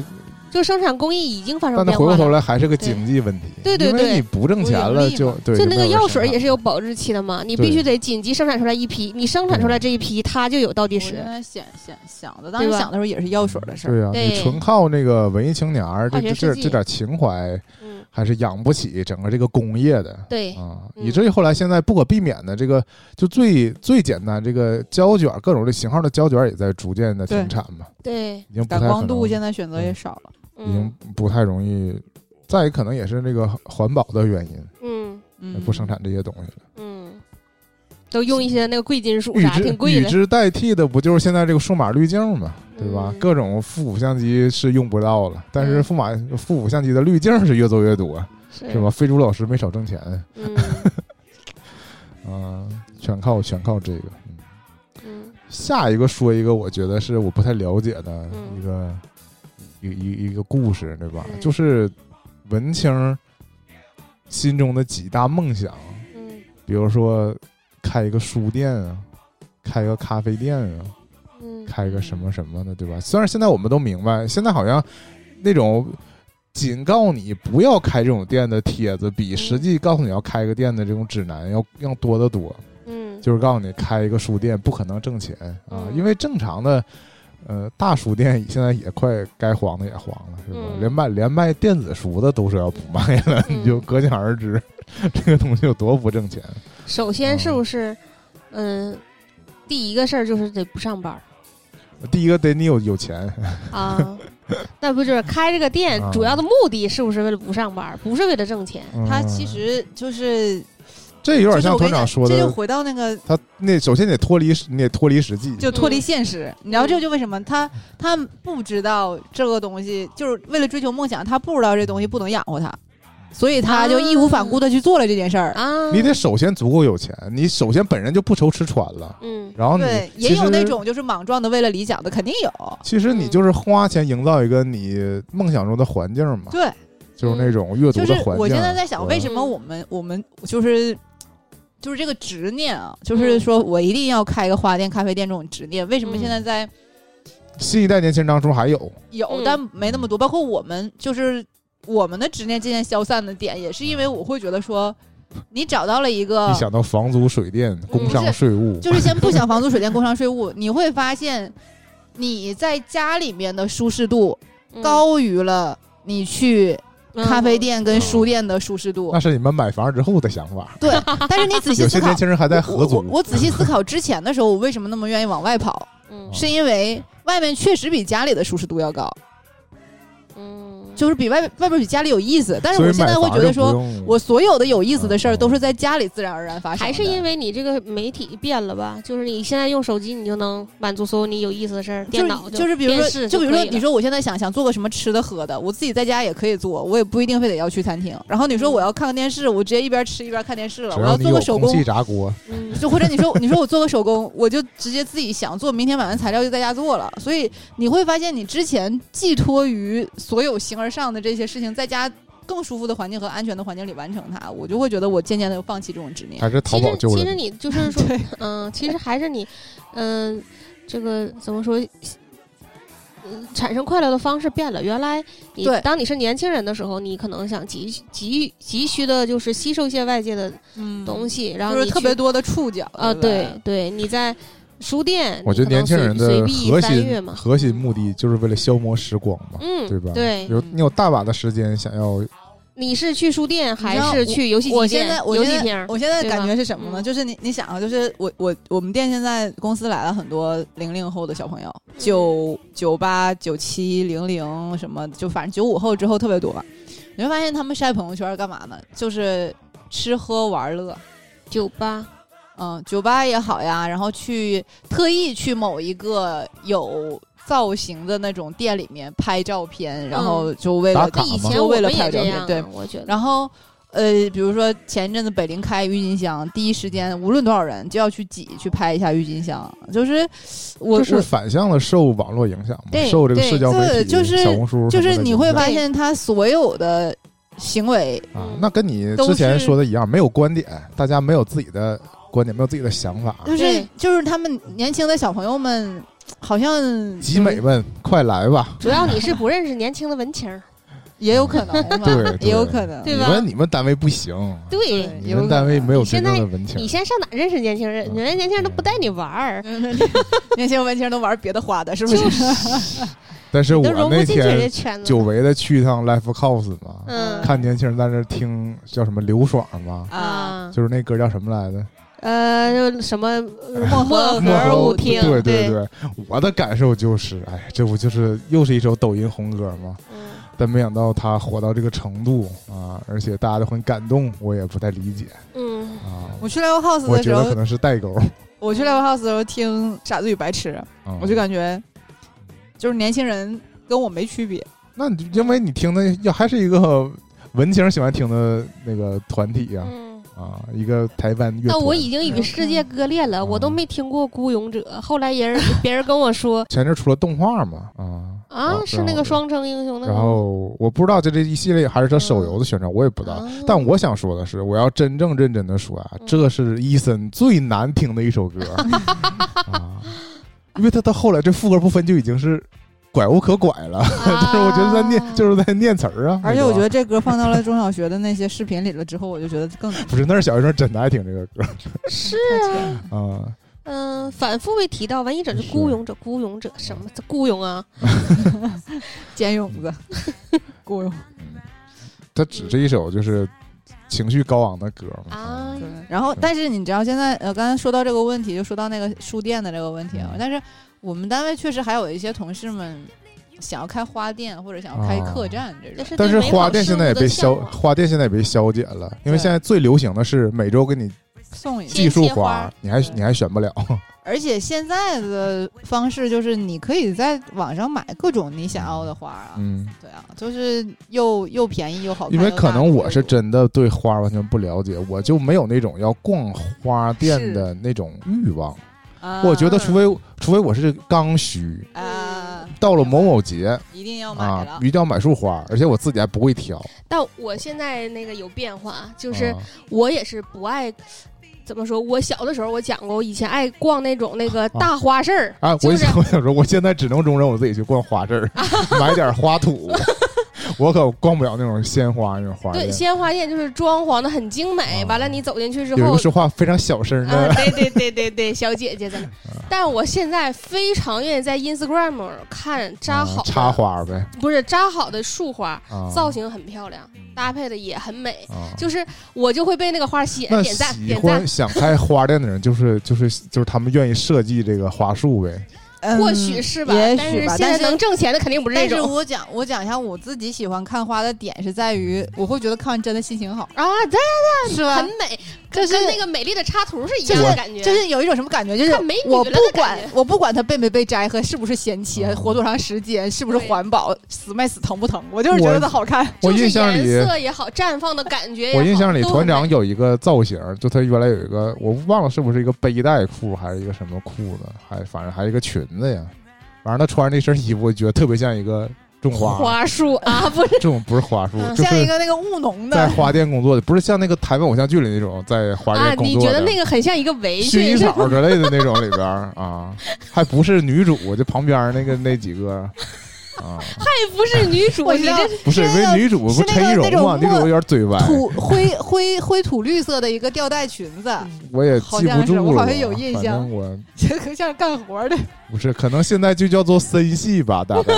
[SPEAKER 2] 这个生产工艺已经发生
[SPEAKER 1] 但它
[SPEAKER 2] 变
[SPEAKER 1] 回过
[SPEAKER 2] 化
[SPEAKER 1] 头
[SPEAKER 2] 了。
[SPEAKER 1] 来还是个经济问题，
[SPEAKER 2] 对对对
[SPEAKER 1] 因为你不挣钱
[SPEAKER 3] 不
[SPEAKER 1] 了
[SPEAKER 3] 盈利
[SPEAKER 1] 就
[SPEAKER 3] 嘛
[SPEAKER 1] 对，
[SPEAKER 2] 就那个药水也
[SPEAKER 1] 是
[SPEAKER 2] 是有保质期的嘛，你
[SPEAKER 1] 对
[SPEAKER 2] 必须得紧急生产出来一批，你生产出来这一批，它就有倒计
[SPEAKER 3] 我
[SPEAKER 2] 时
[SPEAKER 3] 现。在想想想的，当时
[SPEAKER 2] 对吧
[SPEAKER 3] 想的时候也是药水的事儿。
[SPEAKER 1] 对呀、你
[SPEAKER 2] 对
[SPEAKER 1] 纯靠那个文艺青年儿这
[SPEAKER 2] 化学
[SPEAKER 1] 这
[SPEAKER 2] 试剂
[SPEAKER 1] 这点情怀，
[SPEAKER 2] 嗯，
[SPEAKER 1] 还是养不起整个这个工业的。
[SPEAKER 2] 对，
[SPEAKER 1] 啊，
[SPEAKER 2] 嗯
[SPEAKER 1] 以至于后来现在不可避免的这个，就最最简单，这个胶卷各种的型号的胶卷也在逐渐的停
[SPEAKER 3] 对
[SPEAKER 1] 产嘛，
[SPEAKER 2] 对，
[SPEAKER 1] 已经不太
[SPEAKER 3] 感
[SPEAKER 1] 可
[SPEAKER 3] 光度
[SPEAKER 1] 能嗯哎
[SPEAKER 3] 现在选择也少了。
[SPEAKER 1] 已经
[SPEAKER 2] 嗯
[SPEAKER 1] 不太容易，再可能也是这个环保的原因，
[SPEAKER 2] 嗯
[SPEAKER 3] 嗯，
[SPEAKER 1] 不生产这些东西了。
[SPEAKER 2] 嗯，都用一些那个贵金属
[SPEAKER 1] 与
[SPEAKER 2] 啥，
[SPEAKER 1] 之
[SPEAKER 2] 挺贵
[SPEAKER 1] 与
[SPEAKER 2] 的。
[SPEAKER 1] 之代替的不就是现在这个数码滤镜嘛，对吧？
[SPEAKER 2] 嗯
[SPEAKER 1] 各种复古相机是用不到了，但是
[SPEAKER 2] 嗯
[SPEAKER 1] 数码复古相机的滤镜是越做越多，
[SPEAKER 2] 是
[SPEAKER 1] 是吧？？非洲老师没少挣钱
[SPEAKER 2] 嗯
[SPEAKER 1] 啊、全靠全靠这个。嗯
[SPEAKER 2] 嗯
[SPEAKER 1] 下一个说一个，我觉得是我不太了解的
[SPEAKER 2] 嗯
[SPEAKER 1] 一个、一个一个一个故事，对吧？
[SPEAKER 2] 嗯
[SPEAKER 1] 就是文青儿心中的几大梦想，
[SPEAKER 2] 嗯
[SPEAKER 1] 比如说开一个书店啊，开个咖啡店啊，
[SPEAKER 2] 嗯，
[SPEAKER 1] 开个什么什么的，对吧？虽然现在我们都明白，现在好像那种警告你不要开这种店的帖子，比
[SPEAKER 2] 嗯
[SPEAKER 1] 实际告诉你要开个店的这种指南要要多得多。
[SPEAKER 2] 嗯，
[SPEAKER 1] 就是告诉你开一个书店不可能挣钱啊，
[SPEAKER 2] 嗯
[SPEAKER 1] 因为正常的，呃，大书店现在也快该黄的也黄了，是吧？
[SPEAKER 2] 嗯
[SPEAKER 1] 连卖连卖电子书的都说要不卖了，
[SPEAKER 2] 嗯
[SPEAKER 1] 你就可想而知 这个东西有多不挣钱。
[SPEAKER 2] 首先是不是，嗯，第一个事儿就是得不上班儿
[SPEAKER 1] 第一个得你有有钱，
[SPEAKER 2] 啊，那不就是开这个店
[SPEAKER 1] 啊
[SPEAKER 2] 主要的目的是不是为了不上班儿，不是为了挣钱？
[SPEAKER 1] 嗯
[SPEAKER 3] 它其实就是
[SPEAKER 1] 这有
[SPEAKER 3] 就
[SPEAKER 1] 点
[SPEAKER 3] 是
[SPEAKER 1] 像
[SPEAKER 3] 我
[SPEAKER 1] 团
[SPEAKER 3] 跟你讲，
[SPEAKER 1] 长说
[SPEAKER 3] 这就
[SPEAKER 1] 的，
[SPEAKER 3] 回到那个
[SPEAKER 1] 他那首先得脱离你得脱离实际，
[SPEAKER 3] 就脱离现实。你知道
[SPEAKER 1] 嗯
[SPEAKER 3] 这就为什么他他不知道这个东西，就是为了追求梦想，他不知道这东西不能养活他，所以他就义无反
[SPEAKER 1] 啊
[SPEAKER 3] 顾的去做了这件事儿。
[SPEAKER 2] 啊，
[SPEAKER 1] 你得首先足够有钱，你首先本人就不愁吃穿了，
[SPEAKER 2] 嗯
[SPEAKER 1] 然后你
[SPEAKER 3] 对，也
[SPEAKER 1] 其
[SPEAKER 3] 有
[SPEAKER 1] 实
[SPEAKER 3] 那种就是莽撞的为了理想的，肯定有。
[SPEAKER 1] 其实你
[SPEAKER 2] 嗯
[SPEAKER 1] 就是花钱营造一个你梦想中的环境嘛，
[SPEAKER 3] 对，
[SPEAKER 1] 就是那种阅
[SPEAKER 3] 就
[SPEAKER 1] 读
[SPEAKER 3] 是
[SPEAKER 1] 的环境。啊
[SPEAKER 3] 我现在在想，为什么
[SPEAKER 2] 嗯
[SPEAKER 3] 我们我们就是就是这个执念啊，
[SPEAKER 1] 嗯
[SPEAKER 3] 就是说我一定要开个花店、咖啡店这种执念，为什么
[SPEAKER 2] 嗯
[SPEAKER 3] 现在在
[SPEAKER 1] 新一代年轻人当中还有，
[SPEAKER 3] 有
[SPEAKER 2] 嗯，
[SPEAKER 3] 但没那么多？包括我们就是我们的执念渐渐消散的点，也是因为我会觉得说，你找到了一个
[SPEAKER 1] 嗯一，想到房租、水电、工商
[SPEAKER 3] 是
[SPEAKER 1] 税务，
[SPEAKER 3] 嗯就是先不想房租、水电、工商、税务，你会发现你在家里面的舒适度
[SPEAKER 2] 嗯
[SPEAKER 3] 高于了你去咖啡店跟
[SPEAKER 1] 嗯
[SPEAKER 3] 书店的舒适度
[SPEAKER 1] 那。是你们买房之后的想法。
[SPEAKER 3] 对，但是你仔细
[SPEAKER 1] 有
[SPEAKER 3] 思
[SPEAKER 1] 些
[SPEAKER 3] 考
[SPEAKER 1] 年，轻人还在合
[SPEAKER 3] 我
[SPEAKER 1] 租
[SPEAKER 3] 我。我仔细思考之前的时候，我为什么那么愿意往外
[SPEAKER 1] 哦
[SPEAKER 3] 跑，
[SPEAKER 2] 嗯
[SPEAKER 3] 是因为外面确实比家里的舒适度要高，
[SPEAKER 2] 嗯，
[SPEAKER 3] 就是比外外边比家里有意思。但是
[SPEAKER 1] 所以
[SPEAKER 3] 我现在
[SPEAKER 1] 买
[SPEAKER 3] 会
[SPEAKER 1] 房
[SPEAKER 3] 觉得
[SPEAKER 1] 就不
[SPEAKER 3] 说，
[SPEAKER 1] 用
[SPEAKER 3] 我所有的有意思的事
[SPEAKER 1] 嗯
[SPEAKER 3] 儿
[SPEAKER 1] 嗯
[SPEAKER 3] 都是在家里自然而然发生的。
[SPEAKER 2] 还是因为你这个媒体变了吧？就是你现在用手机，你就能满足所有你有意思的事儿，
[SPEAKER 3] 就
[SPEAKER 2] 电
[SPEAKER 3] 是
[SPEAKER 2] 脑
[SPEAKER 3] 就是比如
[SPEAKER 2] 电
[SPEAKER 3] 说，
[SPEAKER 2] 视
[SPEAKER 3] 就比如
[SPEAKER 2] 可
[SPEAKER 3] 说，
[SPEAKER 2] 以
[SPEAKER 3] 你
[SPEAKER 2] 了
[SPEAKER 3] 说我现在想想做个什么吃的喝的，我自己在家也可以做，我也不一定非得要去餐厅。然后你说
[SPEAKER 2] 嗯
[SPEAKER 3] 我要看个电视，我直接一边吃一边看电视了。
[SPEAKER 1] 只
[SPEAKER 3] 我
[SPEAKER 1] 要
[SPEAKER 3] 要
[SPEAKER 1] 你
[SPEAKER 3] 做
[SPEAKER 1] 有
[SPEAKER 3] 个手
[SPEAKER 1] 空
[SPEAKER 3] 工，
[SPEAKER 1] 气炸锅，
[SPEAKER 2] 嗯
[SPEAKER 3] 就或者你说你说我做个手工，我就直接自己想做，明天买完材料就在家做了。所以你会发现，你之前寄托于所有形而上的这些事情，在家更舒服的环境和安全的环境里完成它，我就会觉得我渐渐的放弃这种执念。
[SPEAKER 1] 还是淘
[SPEAKER 2] 其
[SPEAKER 1] 宝
[SPEAKER 2] 实
[SPEAKER 1] 救
[SPEAKER 2] 其
[SPEAKER 1] 了
[SPEAKER 2] 实
[SPEAKER 1] 你？
[SPEAKER 2] 你就 是说，
[SPEAKER 3] 对，
[SPEAKER 2] 嗯，其实还是你，嗯，这个怎么说？嗯产生快乐的方式变了。原来你
[SPEAKER 3] 对
[SPEAKER 2] 当你是年轻人的时候，你可能想急急急需的就是吸收一些外界的
[SPEAKER 3] 嗯
[SPEAKER 2] 东西，然后
[SPEAKER 3] 就是
[SPEAKER 2] 你
[SPEAKER 3] 特别
[SPEAKER 2] 去
[SPEAKER 3] 多的触角
[SPEAKER 2] 啊，
[SPEAKER 3] 对
[SPEAKER 2] 对
[SPEAKER 3] 吧
[SPEAKER 2] 对，你在书店，
[SPEAKER 1] 我
[SPEAKER 2] 你
[SPEAKER 1] 觉得
[SPEAKER 2] 可
[SPEAKER 1] 年
[SPEAKER 2] 能
[SPEAKER 1] 轻
[SPEAKER 2] 随
[SPEAKER 1] 人
[SPEAKER 2] 随
[SPEAKER 1] 的
[SPEAKER 2] 意
[SPEAKER 1] 核
[SPEAKER 2] 翻阅
[SPEAKER 1] 心
[SPEAKER 2] 嘛
[SPEAKER 1] 核心目的就是为了消磨时光嘛，
[SPEAKER 2] 嗯，
[SPEAKER 1] 对吧？
[SPEAKER 2] 对，
[SPEAKER 1] 有你有大把的时间想要
[SPEAKER 2] 你是去书店还
[SPEAKER 3] 道
[SPEAKER 2] 是去游戏
[SPEAKER 3] 我
[SPEAKER 2] 机
[SPEAKER 3] 现
[SPEAKER 2] 店
[SPEAKER 3] 在，、我
[SPEAKER 2] 游
[SPEAKER 3] 现
[SPEAKER 2] 戏
[SPEAKER 3] 在
[SPEAKER 2] 厅？
[SPEAKER 3] 我现在
[SPEAKER 2] 对
[SPEAKER 3] 感
[SPEAKER 2] 吧
[SPEAKER 3] 觉是什么呢？
[SPEAKER 2] 嗯
[SPEAKER 3] 就是你你想啊，就是我我我们店现在公司来了很多零零后的小朋友，
[SPEAKER 2] 嗯
[SPEAKER 3] 九九八、九七、零零什么，就反正九五后之后特别多嘛。你会发现他们晒朋友圈干嘛呢？就是吃喝玩乐，
[SPEAKER 2] 酒吧，
[SPEAKER 3] 嗯，酒吧也好呀，然后去特意去某一个有造型的那种店里面拍照片，
[SPEAKER 2] 嗯
[SPEAKER 3] 然后就为
[SPEAKER 1] 打
[SPEAKER 3] 了
[SPEAKER 1] 卡
[SPEAKER 2] 以
[SPEAKER 1] 嘛
[SPEAKER 2] 前
[SPEAKER 3] 就
[SPEAKER 2] 我
[SPEAKER 3] 为了
[SPEAKER 2] 们
[SPEAKER 3] 拍
[SPEAKER 2] 也
[SPEAKER 3] 照
[SPEAKER 2] 这
[SPEAKER 3] 片
[SPEAKER 2] 样，
[SPEAKER 3] 对，
[SPEAKER 2] 我觉得，
[SPEAKER 3] 然后呃，比如说前一阵子北陵开郁金香，第一时间无论多少人就要去挤去拍一下郁金香，就是我
[SPEAKER 1] 就是反向的受网络影响嘛，
[SPEAKER 2] 对
[SPEAKER 1] 受这个
[SPEAKER 2] 对
[SPEAKER 1] 社交媒
[SPEAKER 3] 对
[SPEAKER 1] 体、
[SPEAKER 3] 就是
[SPEAKER 1] 小红书
[SPEAKER 3] 我
[SPEAKER 1] 什
[SPEAKER 3] 就
[SPEAKER 1] 么的
[SPEAKER 3] 是你会
[SPEAKER 1] 影响
[SPEAKER 3] 发现他所有的行为，
[SPEAKER 1] 啊
[SPEAKER 2] 嗯，
[SPEAKER 1] 那跟你
[SPEAKER 3] 都
[SPEAKER 1] 之前
[SPEAKER 3] 是
[SPEAKER 1] 说的一样，没有观点，大
[SPEAKER 2] 嗯
[SPEAKER 1] 家没有自己的观点，没有自己的想法，
[SPEAKER 3] 就是
[SPEAKER 2] 对
[SPEAKER 3] 就是他们年轻的小朋友们。好像
[SPEAKER 1] 集美们快来吧！
[SPEAKER 2] 主要你是不认识年轻的文青儿，
[SPEAKER 3] 也有可能吧
[SPEAKER 1] 对，对
[SPEAKER 3] 也有可能。
[SPEAKER 2] 对
[SPEAKER 1] 你
[SPEAKER 2] 吧
[SPEAKER 1] 们你们单位不行，
[SPEAKER 2] 对
[SPEAKER 3] 对
[SPEAKER 1] 你们单位没有真正的文
[SPEAKER 2] 你
[SPEAKER 1] 青。
[SPEAKER 2] 先上哪认识年轻人？
[SPEAKER 1] 嗯
[SPEAKER 2] 人家年轻人都不带你玩儿，
[SPEAKER 3] 年轻文青都玩别的花的，是不？
[SPEAKER 2] 就是是
[SPEAKER 1] 但是
[SPEAKER 2] 都
[SPEAKER 1] 我
[SPEAKER 2] 融不
[SPEAKER 1] 那
[SPEAKER 2] 进去人家
[SPEAKER 1] 天
[SPEAKER 2] 圈子。
[SPEAKER 1] 久违的去一趟 Life House 嘛，
[SPEAKER 2] 嗯，
[SPEAKER 1] 看年轻人在那儿听叫什么刘爽嘛，
[SPEAKER 3] 啊，
[SPEAKER 2] 啊，
[SPEAKER 1] 就是那歌叫什么来着？
[SPEAKER 2] 呃，就什么
[SPEAKER 1] 哎
[SPEAKER 3] 漠
[SPEAKER 2] 漠
[SPEAKER 3] 河
[SPEAKER 1] 漠
[SPEAKER 2] 河
[SPEAKER 1] 河
[SPEAKER 2] 舞
[SPEAKER 1] 舞
[SPEAKER 2] 厅，
[SPEAKER 1] 对
[SPEAKER 2] 对
[SPEAKER 1] 对，我的感受就是，哎，这不就是又是一首抖音红歌吗？
[SPEAKER 2] 嗯
[SPEAKER 1] 但没想到他火到这个程度啊，而且大家都很感动，我也不太理解
[SPEAKER 2] 嗯，
[SPEAKER 1] 啊。
[SPEAKER 3] 我去 Live House
[SPEAKER 1] 我
[SPEAKER 3] 的
[SPEAKER 1] 觉
[SPEAKER 3] 时
[SPEAKER 1] 得可
[SPEAKER 3] 候，
[SPEAKER 1] 能是代沟，
[SPEAKER 3] 我去 Live House 的时候听《傻子与白痴》，
[SPEAKER 1] 啊
[SPEAKER 3] 我就感觉就是年轻人跟我没区别。
[SPEAKER 1] 那你就因为你听的要还是一个文青喜欢听的那个团体呀、
[SPEAKER 2] 嗯
[SPEAKER 1] 啊，一个台湾乐
[SPEAKER 2] 那
[SPEAKER 1] 团。
[SPEAKER 2] 我已经与
[SPEAKER 1] 嗯
[SPEAKER 2] 世界割裂了，我都没听过《孤勇者》。后来人别人跟我说
[SPEAKER 1] 前阵出了动画嘛啊
[SPEAKER 2] 啊，是那个。双城英雄的
[SPEAKER 1] 然
[SPEAKER 2] 吗，
[SPEAKER 1] 后然后我不知道这这一系列还是他手游的宣传，我也不知道。
[SPEAKER 2] 啊
[SPEAKER 1] 但我 想说的是，我要真正认真的说啊，
[SPEAKER 2] 嗯
[SPEAKER 1] 这是伊森最难听的一 首歌啊，因为他到后来这副歌部分就已经是拐无可拐了，但
[SPEAKER 2] 啊
[SPEAKER 1] 是我觉得在念就是是在念词儿啊。
[SPEAKER 3] 而且
[SPEAKER 1] 对吧
[SPEAKER 3] 我觉得这歌放到了中小学的那些视频里了之后，我就觉得更
[SPEAKER 1] 不是，那是小学生真的爱听这个歌
[SPEAKER 2] 是 啊，
[SPEAKER 3] 啊，
[SPEAKER 1] 啊。
[SPEAKER 2] 嗯，反复被提到，文艺者就是孤勇者，孤勇者什么孤勇啊？
[SPEAKER 3] 尖蛹子， 雇佣。
[SPEAKER 1] 它只是一首就是情绪高昂的歌嘛。
[SPEAKER 2] 啊
[SPEAKER 3] 对，然后，但是你知道，现在呃，刚才说到这个问题，就说到那个书店的这个问题啊
[SPEAKER 1] 嗯。
[SPEAKER 3] 但是我们单位确实还有一些同事们想要开花店或者想要开
[SPEAKER 1] 哦
[SPEAKER 3] 客栈这
[SPEAKER 2] 这
[SPEAKER 3] 种。
[SPEAKER 2] 是
[SPEAKER 1] 但
[SPEAKER 2] 对
[SPEAKER 1] 是
[SPEAKER 2] 美好
[SPEAKER 1] 花店
[SPEAKER 2] 事
[SPEAKER 1] 现
[SPEAKER 2] 物
[SPEAKER 1] 在也
[SPEAKER 2] 的
[SPEAKER 1] 被消，
[SPEAKER 2] 向往
[SPEAKER 1] 花店现在也被消解了，因为
[SPEAKER 3] 对
[SPEAKER 1] 现在最流行的是每周给你
[SPEAKER 3] 送一
[SPEAKER 2] 这
[SPEAKER 1] 寄
[SPEAKER 2] 切
[SPEAKER 1] 束
[SPEAKER 2] 花
[SPEAKER 1] 花
[SPEAKER 2] 儿，啊
[SPEAKER 1] 你还
[SPEAKER 3] 对
[SPEAKER 1] 你还选不了。
[SPEAKER 3] 而且现在的方式就是，你可以在网上买各种你想要的花啊。
[SPEAKER 1] 嗯，
[SPEAKER 3] 对啊，就是又又便宜又好看。
[SPEAKER 1] 因为
[SPEAKER 3] 又
[SPEAKER 1] 可
[SPEAKER 3] 大
[SPEAKER 1] 能我是
[SPEAKER 3] 又
[SPEAKER 1] 真的对花完全不了解，我就没有那种要逛花店的那种欲望。
[SPEAKER 3] 啊
[SPEAKER 2] 嗯
[SPEAKER 1] 我觉得除非除非我是刚需，
[SPEAKER 3] 啊，
[SPEAKER 1] 到了某某节
[SPEAKER 3] 一定要买
[SPEAKER 1] 啊
[SPEAKER 3] 了，
[SPEAKER 1] 一定要买束花，而且我自己还不会挑，
[SPEAKER 2] 但我现在那个有变化，就是
[SPEAKER 1] 啊
[SPEAKER 2] 我也是不爱。怎么说？我小的时候我讲过，我以前爱逛那种那个
[SPEAKER 1] 啊
[SPEAKER 2] 大花市儿
[SPEAKER 1] 啊，我
[SPEAKER 2] 就
[SPEAKER 1] 一
[SPEAKER 2] 是
[SPEAKER 1] 想，我想说，我现在只能容忍我自己去逛花市儿， 买点花土， 我可逛不了那种鲜花那种花
[SPEAKER 2] 对
[SPEAKER 1] 店。
[SPEAKER 2] 鲜花店，就是装潢的很精美。
[SPEAKER 1] 啊
[SPEAKER 2] 完了，你走进去之
[SPEAKER 1] 有一
[SPEAKER 2] 后
[SPEAKER 1] 个，说话非常小声
[SPEAKER 2] 啊，
[SPEAKER 1] 的，
[SPEAKER 2] 对对对对对，小姐姐在 那。
[SPEAKER 1] 啊
[SPEAKER 2] 但我现在非常愿意在 Instagram 看扎
[SPEAKER 1] 啊
[SPEAKER 2] 好的
[SPEAKER 1] 插，花呗，
[SPEAKER 2] 不是扎好的束花，
[SPEAKER 1] 啊，
[SPEAKER 2] 造型很漂亮，
[SPEAKER 1] 嗯
[SPEAKER 2] 搭配的也很美。
[SPEAKER 1] 啊。
[SPEAKER 2] 就是我就会被那个花吸引，
[SPEAKER 1] 那
[SPEAKER 2] 点赞
[SPEAKER 1] 喜
[SPEAKER 2] 点赞
[SPEAKER 1] 欢。嗯想开花店的人，就是就是就是他们愿意设计这个花束呗。
[SPEAKER 3] 嗯
[SPEAKER 2] 或许是吧，
[SPEAKER 3] 也
[SPEAKER 2] 但
[SPEAKER 3] 许吧，
[SPEAKER 2] 现
[SPEAKER 3] 但
[SPEAKER 2] 在
[SPEAKER 3] 是
[SPEAKER 2] 能挣钱的肯定不是这
[SPEAKER 3] 但是
[SPEAKER 2] 种
[SPEAKER 3] 我讲我讲一下我自己喜欢看花的点是在于，我会觉得看完真的心情好，
[SPEAKER 2] 啊，这
[SPEAKER 3] 是吧
[SPEAKER 2] 很？美，
[SPEAKER 3] 啊就是
[SPEAKER 2] 跟那个美丽的插图是一样的感觉，
[SPEAKER 3] 就是有一种什么感觉，就是
[SPEAKER 2] 看美女
[SPEAKER 3] 我
[SPEAKER 2] 了
[SPEAKER 3] 不
[SPEAKER 2] 的感
[SPEAKER 3] 管
[SPEAKER 2] 觉
[SPEAKER 3] 我不管它被没被摘和是不是嫌弃，
[SPEAKER 1] 嗯
[SPEAKER 3] 活多长时间，是不是
[SPEAKER 2] 对
[SPEAKER 3] 环保，死没死疼不疼，我就是觉得它好看。
[SPEAKER 1] 我
[SPEAKER 2] 就是
[SPEAKER 1] 印象里，
[SPEAKER 2] 颜色也好，绽放的感觉也好，
[SPEAKER 1] 我印象里
[SPEAKER 2] 都很
[SPEAKER 1] 团长
[SPEAKER 2] 美
[SPEAKER 1] 有一个造型，就他原来有一个，我忘了是不是一个背带裤还是一个什么裤子，还反正还一个裙子呀。反正他穿着那身衣服，我觉得特别像一个种花，
[SPEAKER 2] 花束啊，不是
[SPEAKER 1] 这种不是花束，
[SPEAKER 2] 嗯
[SPEAKER 1] 就
[SPEAKER 3] 像一
[SPEAKER 1] 是
[SPEAKER 3] 个那个务农
[SPEAKER 1] 在
[SPEAKER 3] 的，
[SPEAKER 1] 花店工作的，不是像那个台湾偶像剧里那种在花
[SPEAKER 2] 啊
[SPEAKER 1] 店，工
[SPEAKER 2] 你
[SPEAKER 1] 作
[SPEAKER 2] 觉
[SPEAKER 1] 的。
[SPEAKER 2] 得那个很像一个围
[SPEAKER 1] 薰衣
[SPEAKER 2] 裙？ 是
[SPEAKER 1] 草之类的那种里边儿啊，还不是女主，就旁边那个那几个啊，
[SPEAKER 2] 这不是女主，
[SPEAKER 3] 我
[SPEAKER 2] 你
[SPEAKER 3] 知道
[SPEAKER 2] 这
[SPEAKER 1] 不是因
[SPEAKER 3] 那个
[SPEAKER 1] 为女主不
[SPEAKER 3] 是那
[SPEAKER 1] 陈
[SPEAKER 3] 个
[SPEAKER 1] 意
[SPEAKER 3] 那
[SPEAKER 1] 蓉
[SPEAKER 3] 种
[SPEAKER 1] 嘛，女主
[SPEAKER 3] 墨
[SPEAKER 1] 有点嘴歪，
[SPEAKER 3] 土灰灰灰土绿色的一个吊带裙 子，
[SPEAKER 1] 我也记不住了，
[SPEAKER 3] 好像是我好像有印象
[SPEAKER 1] 反正我
[SPEAKER 3] 这个像干活的。
[SPEAKER 1] 不是，可能现在就叫做森系吧，大 概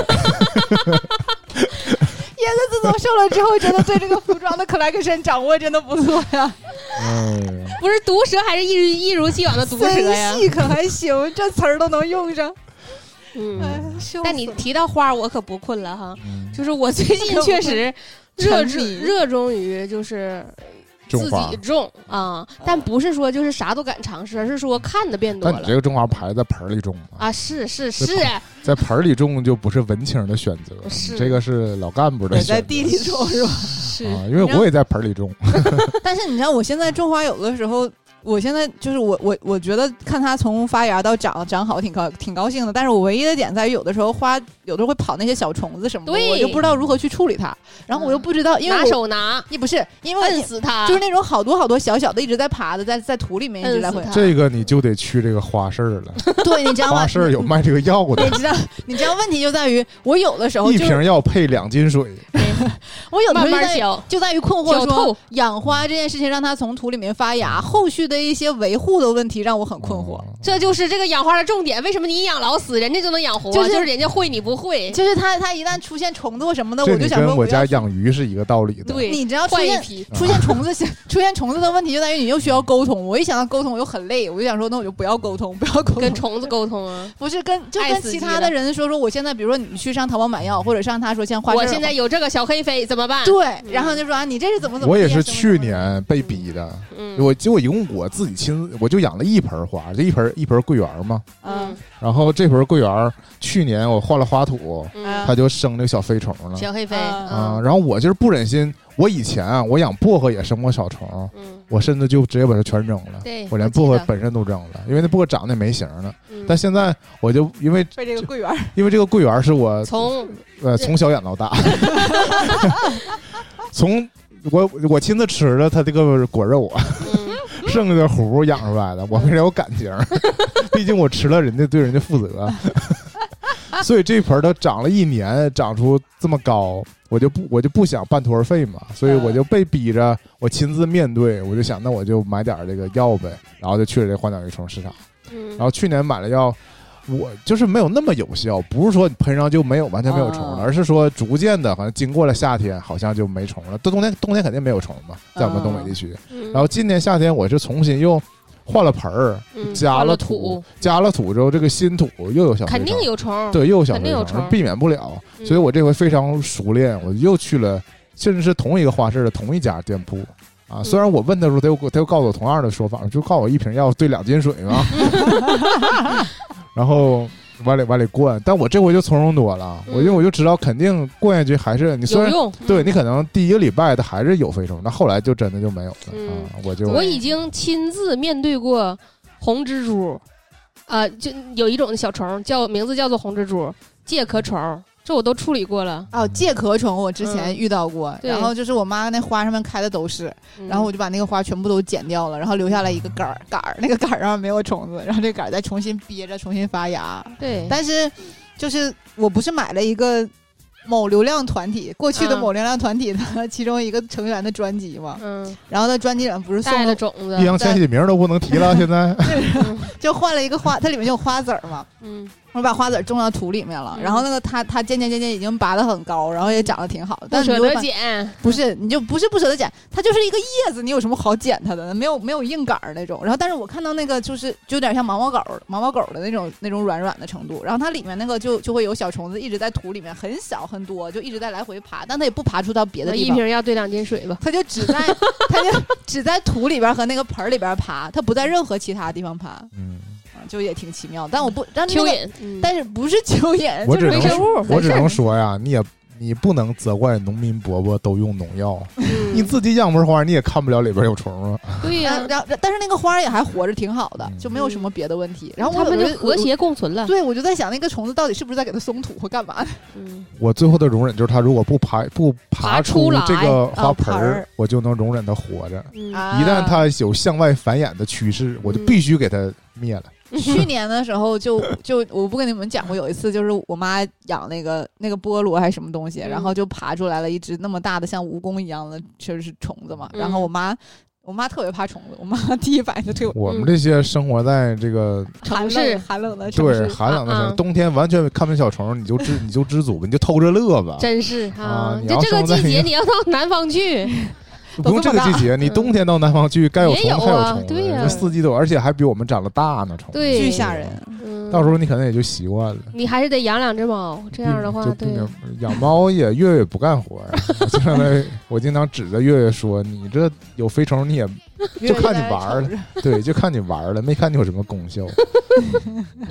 [SPEAKER 3] 椰子自从瘦了之后，真的对这个服装的 collection 掌握真的不错 呀。
[SPEAKER 1] 哎呀，
[SPEAKER 2] 不是毒蛇，还是一如一如既往的毒蛇呀
[SPEAKER 3] 真？细可还行，这词儿都能用上。
[SPEAKER 2] 嗯。
[SPEAKER 3] 哎，笑死了
[SPEAKER 2] 但你提到花儿，我可不困了哈。
[SPEAKER 1] 嗯
[SPEAKER 2] 就是我最近确实热
[SPEAKER 3] 沉迷
[SPEAKER 2] 热衷于就是
[SPEAKER 1] 种
[SPEAKER 2] 自
[SPEAKER 1] 花
[SPEAKER 2] 己种啊，但不是说就是啥都敢尝试，而是说看的变多
[SPEAKER 1] 但你这
[SPEAKER 2] 了
[SPEAKER 1] 个种花牌在盆儿里种嘛，
[SPEAKER 2] 啊。是是
[SPEAKER 1] 这
[SPEAKER 2] 是，
[SPEAKER 1] 在盆儿里种就不是文青的选择，
[SPEAKER 2] 是
[SPEAKER 1] 这个啊是老干部的
[SPEAKER 3] 也
[SPEAKER 1] 选
[SPEAKER 3] 在
[SPEAKER 1] 择
[SPEAKER 3] 地里种是吧？
[SPEAKER 2] 是
[SPEAKER 1] 啊，因为我也在盆儿里种，
[SPEAKER 3] 但是你知道，我现在种花有的时候，我现在就是我我我觉得看它从发芽到长长好挺高挺高兴的，但是我唯一的点在于有的时候花有的时候会跑那些小虫子什么的，
[SPEAKER 2] 对
[SPEAKER 3] 我就不知道如何去处理它，然后我又不知道，因为
[SPEAKER 2] 拿
[SPEAKER 3] 我
[SPEAKER 2] 手拿，
[SPEAKER 3] 你不是因为
[SPEAKER 2] 摁
[SPEAKER 3] 你
[SPEAKER 2] 死它，
[SPEAKER 3] 就是那种好多好多小小的一直在爬的，在在土里面一直来回
[SPEAKER 2] 摁死，它
[SPEAKER 1] 这个你就得去这个花市 儿了，
[SPEAKER 3] 对你知道吗
[SPEAKER 1] 花？市儿有卖这个药的
[SPEAKER 3] 你，知道你知道问题就在于我有的时候
[SPEAKER 1] 一
[SPEAKER 3] 就是
[SPEAKER 1] 瓶药配两斤水。
[SPEAKER 3] 我有的
[SPEAKER 2] 慢
[SPEAKER 3] 时候就在
[SPEAKER 2] 慢
[SPEAKER 1] 哦
[SPEAKER 2] 削，
[SPEAKER 3] 就在于困惑
[SPEAKER 2] 绞
[SPEAKER 3] 说
[SPEAKER 2] 透
[SPEAKER 3] 养花这件事情让它从土里面发芽，后续的一些维护的问题让我很困惑。
[SPEAKER 1] 嗯
[SPEAKER 2] 这就是这个养花的重点。为什么你养老死，人家就能养活？
[SPEAKER 3] 就是
[SPEAKER 2] 就是人家会，你不会。
[SPEAKER 3] 就是它它一旦出现虫子或什么的，
[SPEAKER 1] 这
[SPEAKER 3] 我就
[SPEAKER 1] 你
[SPEAKER 3] 想说
[SPEAKER 1] 跟我
[SPEAKER 3] 不要
[SPEAKER 1] 家养鱼是一个道理的。
[SPEAKER 2] 对，
[SPEAKER 3] 你只要出
[SPEAKER 2] 换一
[SPEAKER 3] 现
[SPEAKER 2] 批。
[SPEAKER 1] 啊
[SPEAKER 3] 出现虫子，出现虫子的问题就在于你又需要沟通。我一想到沟通，我就很累，我就想说，那我就不要沟通，不要沟
[SPEAKER 2] 跟
[SPEAKER 3] 通。
[SPEAKER 2] 虫子沟通 啊！
[SPEAKER 3] 不是跟就
[SPEAKER 2] 爱
[SPEAKER 3] 跟
[SPEAKER 2] 死
[SPEAKER 3] 其
[SPEAKER 2] 机
[SPEAKER 3] 他的
[SPEAKER 2] 了
[SPEAKER 3] 人说说，我现在比如说你去上淘宝买药，或者上他说像花生，
[SPEAKER 2] 我现在嗯有这个小黑飞怎么办？
[SPEAKER 3] 对，然后就说啊，你这是怎么怎么
[SPEAKER 1] 我
[SPEAKER 3] 地啊。
[SPEAKER 1] 也是
[SPEAKER 3] 怎么
[SPEAKER 1] 去
[SPEAKER 3] 怎么
[SPEAKER 1] 年被逼的，
[SPEAKER 2] 嗯，
[SPEAKER 1] 我就我一共我自己亲，我就养了一盆花，这一盆一盆桂圆嘛。
[SPEAKER 3] 嗯
[SPEAKER 1] 然后这盆桂圆，去年我换了花土，
[SPEAKER 2] 嗯，
[SPEAKER 1] 它就生那个小飞虫了
[SPEAKER 2] 小黑飞
[SPEAKER 1] 啊。
[SPEAKER 2] 嗯
[SPEAKER 1] 然后我就是不忍心，我以前啊，我养薄荷也生过小虫，
[SPEAKER 2] 嗯
[SPEAKER 1] 我甚至就直接把它全扔了
[SPEAKER 2] 对，
[SPEAKER 1] 我连
[SPEAKER 2] 我记
[SPEAKER 1] 薄
[SPEAKER 2] 得
[SPEAKER 1] 荷本身都扔了，因为那薄荷长得也没形儿呢。
[SPEAKER 2] 嗯，
[SPEAKER 1] 但现在我就因为
[SPEAKER 3] 被这个桂圆儿
[SPEAKER 1] 因为这个桂圆是我
[SPEAKER 2] 从
[SPEAKER 1] 呃，从小养到 大，从我我亲自吃了它这个果肉啊，
[SPEAKER 2] 嗯
[SPEAKER 1] 剩下的核养出来的，我没有感情儿，毕竟我吃了人家对人家负责，所以这盆儿它长了一年，长出这么高，我就不我就不想半途而废嘛，所以我就被逼着我亲自面对，我就想那我就买点儿这个药呗，然后就去了这花鸟鱼虫市场。
[SPEAKER 2] 嗯
[SPEAKER 1] 然后去年买了药，我就是没有那么有效，不是说你喷上就没有完全没有虫了，
[SPEAKER 3] 啊
[SPEAKER 1] 而是说逐渐的，好像经过了夏天，好像就没虫了。到冬天冬天肯定没有虫嘛，在我们东北地区。
[SPEAKER 2] 嗯
[SPEAKER 1] 然后今年夏天我是重新又换了盆儿，
[SPEAKER 2] 嗯
[SPEAKER 1] 加
[SPEAKER 2] 换了
[SPEAKER 1] 土，，加了土之后，这个新土又有小
[SPEAKER 2] 肯
[SPEAKER 1] 飞
[SPEAKER 2] 定
[SPEAKER 1] 虫
[SPEAKER 2] 有虫。，
[SPEAKER 1] 对，又有小
[SPEAKER 2] 肯
[SPEAKER 1] 飞
[SPEAKER 2] 定有
[SPEAKER 1] 虫，
[SPEAKER 2] 虫
[SPEAKER 1] 避免不了。
[SPEAKER 2] 嗯
[SPEAKER 1] 所以我这回非常熟练，我又去了，甚至是同一个花市的同一家店铺。啊，虽
[SPEAKER 2] 嗯
[SPEAKER 1] 然我问他的时候，他又他又告诉我同样的说法，就告诉我一瓶药兑两斤水 嘛，然后往里往里灌。但我这回就从容多了，我因为
[SPEAKER 2] 嗯
[SPEAKER 1] 我就知道肯定灌下去还是你虽
[SPEAKER 2] 有
[SPEAKER 1] 然
[SPEAKER 2] 用。
[SPEAKER 1] 对你可能第一个礼拜它还是有飞虫，但后来就真的就没有了、
[SPEAKER 2] 嗯
[SPEAKER 1] 啊。我就
[SPEAKER 2] 我已经亲自面对过红蜘蛛，呃，就有一种小虫叫名字叫做红蜘蛛介壳虫，这我都处理过了。
[SPEAKER 3] 哦，介壳虫我之前
[SPEAKER 2] 嗯
[SPEAKER 3] 遇到过，
[SPEAKER 2] 对
[SPEAKER 3] 然后就是我妈那花上面开的都是，
[SPEAKER 2] 嗯
[SPEAKER 3] 然后我就把那个花全部都剪掉了，然后留下来一个杆儿，杆儿那个杆儿上没有虫子，然后这杆儿再重新憋着，重新发芽。
[SPEAKER 2] 对，
[SPEAKER 3] 但是就是我不是买了一个某流量团体过去的
[SPEAKER 2] 嗯
[SPEAKER 3] 某流量团体的其中一个成员的专辑嘛，
[SPEAKER 2] 嗯，
[SPEAKER 3] 然后他专辑里面不是送
[SPEAKER 2] 带了
[SPEAKER 3] 了
[SPEAKER 2] 种子
[SPEAKER 1] 易，烊千玺名儿都不能提 了，现在
[SPEAKER 3] 就换了一个花，它里面就有花籽儿嘛。
[SPEAKER 2] 嗯
[SPEAKER 3] 我把花籽儿种到土里面了，
[SPEAKER 2] 嗯
[SPEAKER 3] 然后那个它它渐渐渐渐已经拔得很高，然后也长得挺好，
[SPEAKER 2] 不
[SPEAKER 3] 但是
[SPEAKER 2] 舍
[SPEAKER 3] 你就会
[SPEAKER 2] 得
[SPEAKER 3] 发
[SPEAKER 2] 捡，
[SPEAKER 3] 不是，你就不是不舍得捡，它就是一个叶子，你有什么好捡它的呢？没有没有硬杆儿那种。然后，但是我看到那个就是就有点像毛毛狗儿毛毛狗儿的那种那种软软的程度。然后它里面那个就就会有小虫子一直在土里面，很小很多，就一直在来回爬，但它也不爬出到别的
[SPEAKER 2] 那
[SPEAKER 3] 地
[SPEAKER 2] 一
[SPEAKER 3] 方。
[SPEAKER 2] 瓶要兑两斤水吧。
[SPEAKER 3] 它就只在， 它就只在土里边儿和那个盆儿里边儿爬，它不在任何其他地方爬，啊
[SPEAKER 1] 嗯，
[SPEAKER 3] 就也挺奇妙。但我不，但是那
[SPEAKER 2] 蚯
[SPEAKER 3] 个，
[SPEAKER 2] 蚓，嗯
[SPEAKER 3] 但是不是蚯蚓，
[SPEAKER 1] 我
[SPEAKER 3] 就
[SPEAKER 1] 只
[SPEAKER 3] 是
[SPEAKER 1] 能
[SPEAKER 3] 微生物，
[SPEAKER 1] 我只
[SPEAKER 3] 没事儿
[SPEAKER 1] 能说呀，你也你不能责怪农民伯伯都用农药，
[SPEAKER 2] 嗯
[SPEAKER 1] 你自己养盆花你也看不了里边有虫啊。
[SPEAKER 2] 对呀、
[SPEAKER 3] 然后，但是那个花儿也还活着，挺好的，
[SPEAKER 1] 嗯
[SPEAKER 3] 就没有什么别的问题。
[SPEAKER 2] 然
[SPEAKER 3] 然后
[SPEAKER 2] 后
[SPEAKER 3] 我
[SPEAKER 2] 他们
[SPEAKER 3] 有
[SPEAKER 2] 就
[SPEAKER 3] 时候
[SPEAKER 2] 和。谐共存了。
[SPEAKER 3] 对，我就在想那个虫子到底是不是在给它松土或干嘛？
[SPEAKER 2] 嗯，
[SPEAKER 1] 我最后的容忍就是，它如果不爬不爬
[SPEAKER 2] 爬
[SPEAKER 1] 出
[SPEAKER 2] 出来
[SPEAKER 1] 这个花盆
[SPEAKER 3] 啊盆
[SPEAKER 1] 儿
[SPEAKER 3] 儿，
[SPEAKER 1] 我就能容忍它活着。
[SPEAKER 2] 嗯
[SPEAKER 3] 啊
[SPEAKER 1] 一旦它有向外繁衍的趋势，我就必须给它灭了。
[SPEAKER 3] 去年的时候就就我不跟你们讲过，有一次就是我妈养那个那个菠萝还是什么东西，
[SPEAKER 2] 嗯
[SPEAKER 3] 然后就爬出来了一只那么大的像蜈蚣一样的，确实是虫子嘛。然后
[SPEAKER 2] 嗯
[SPEAKER 3] 我妈我妈特别怕虫子，我妈第一反应就 对我
[SPEAKER 1] 我
[SPEAKER 2] 嗯
[SPEAKER 1] 们这些生活在这个
[SPEAKER 3] 寒
[SPEAKER 2] 城
[SPEAKER 3] 冷
[SPEAKER 2] 市
[SPEAKER 3] 寒冷的城
[SPEAKER 1] 对
[SPEAKER 3] 市，
[SPEAKER 1] 寒冷的时
[SPEAKER 2] 啊
[SPEAKER 1] 候，
[SPEAKER 2] 啊
[SPEAKER 1] 冬天完全看不见小虫，你就知你就知足吧，你就偷着乐吧。
[SPEAKER 2] 真是
[SPEAKER 1] 啊你
[SPEAKER 2] 就
[SPEAKER 1] 要
[SPEAKER 2] 这个
[SPEAKER 1] 生活在
[SPEAKER 2] 季
[SPEAKER 1] 一
[SPEAKER 2] 节
[SPEAKER 1] 个
[SPEAKER 2] 你要到南方去，
[SPEAKER 1] 不用
[SPEAKER 3] 都这
[SPEAKER 1] 这
[SPEAKER 3] 么
[SPEAKER 1] 个
[SPEAKER 3] 大
[SPEAKER 1] 季 节，你
[SPEAKER 2] 嗯
[SPEAKER 1] 冬天到南方去，该有虫
[SPEAKER 2] 也有
[SPEAKER 1] 子还有
[SPEAKER 2] 啊
[SPEAKER 1] 虫子，
[SPEAKER 2] 对呀
[SPEAKER 1] 这四季都，而且还比我们长得大呢，虫子。
[SPEAKER 2] 对
[SPEAKER 3] 巨吓人。
[SPEAKER 2] 嗯，
[SPEAKER 1] 到时候你可能也就习惯了。
[SPEAKER 2] 你还是得养两只猫，这样的话，
[SPEAKER 1] 就
[SPEAKER 2] 对
[SPEAKER 1] 不，明养猫也月月不干活儿， 我经常在我经常指着月月说：“你这有飞虫，你也就看你玩儿了
[SPEAKER 3] 了。
[SPEAKER 1] 对，就看你玩儿了，没看你有什么功效。 ”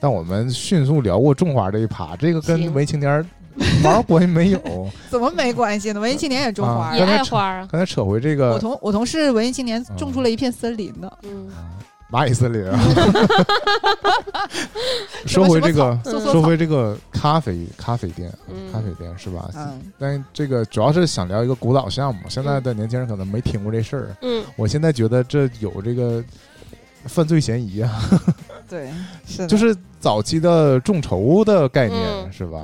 [SPEAKER 1] 但我们迅速聊过种花这一趴，这个跟
[SPEAKER 2] 行
[SPEAKER 1] 文艺青年儿毛关系没有。
[SPEAKER 3] 怎么没关系呢？文艺青年也种花
[SPEAKER 1] 啊
[SPEAKER 2] 也
[SPEAKER 1] 刚
[SPEAKER 3] 儿。
[SPEAKER 1] 才
[SPEAKER 2] 爱
[SPEAKER 1] 扯
[SPEAKER 2] 花儿啊，
[SPEAKER 1] 刚才扯回这
[SPEAKER 3] 我
[SPEAKER 1] 个
[SPEAKER 3] 同我同事文艺青年种出了一片森林呢，
[SPEAKER 2] 嗯，
[SPEAKER 1] 蚂蚁森林 啊，说回这个，
[SPEAKER 3] 说
[SPEAKER 1] 说
[SPEAKER 3] 说草，
[SPEAKER 1] 回这个咖啡咖啡店，
[SPEAKER 2] 嗯
[SPEAKER 1] 咖啡店是吧？
[SPEAKER 3] 嗯，
[SPEAKER 1] 但这个主要是想聊一个古老项目，现在的年轻人可能没听过这事儿。
[SPEAKER 2] 嗯，
[SPEAKER 1] 我现在觉得这有这个犯罪嫌疑啊，
[SPEAKER 3] 对，是的，
[SPEAKER 1] 就是早期的众筹的概念、
[SPEAKER 2] 嗯
[SPEAKER 1] 是吧？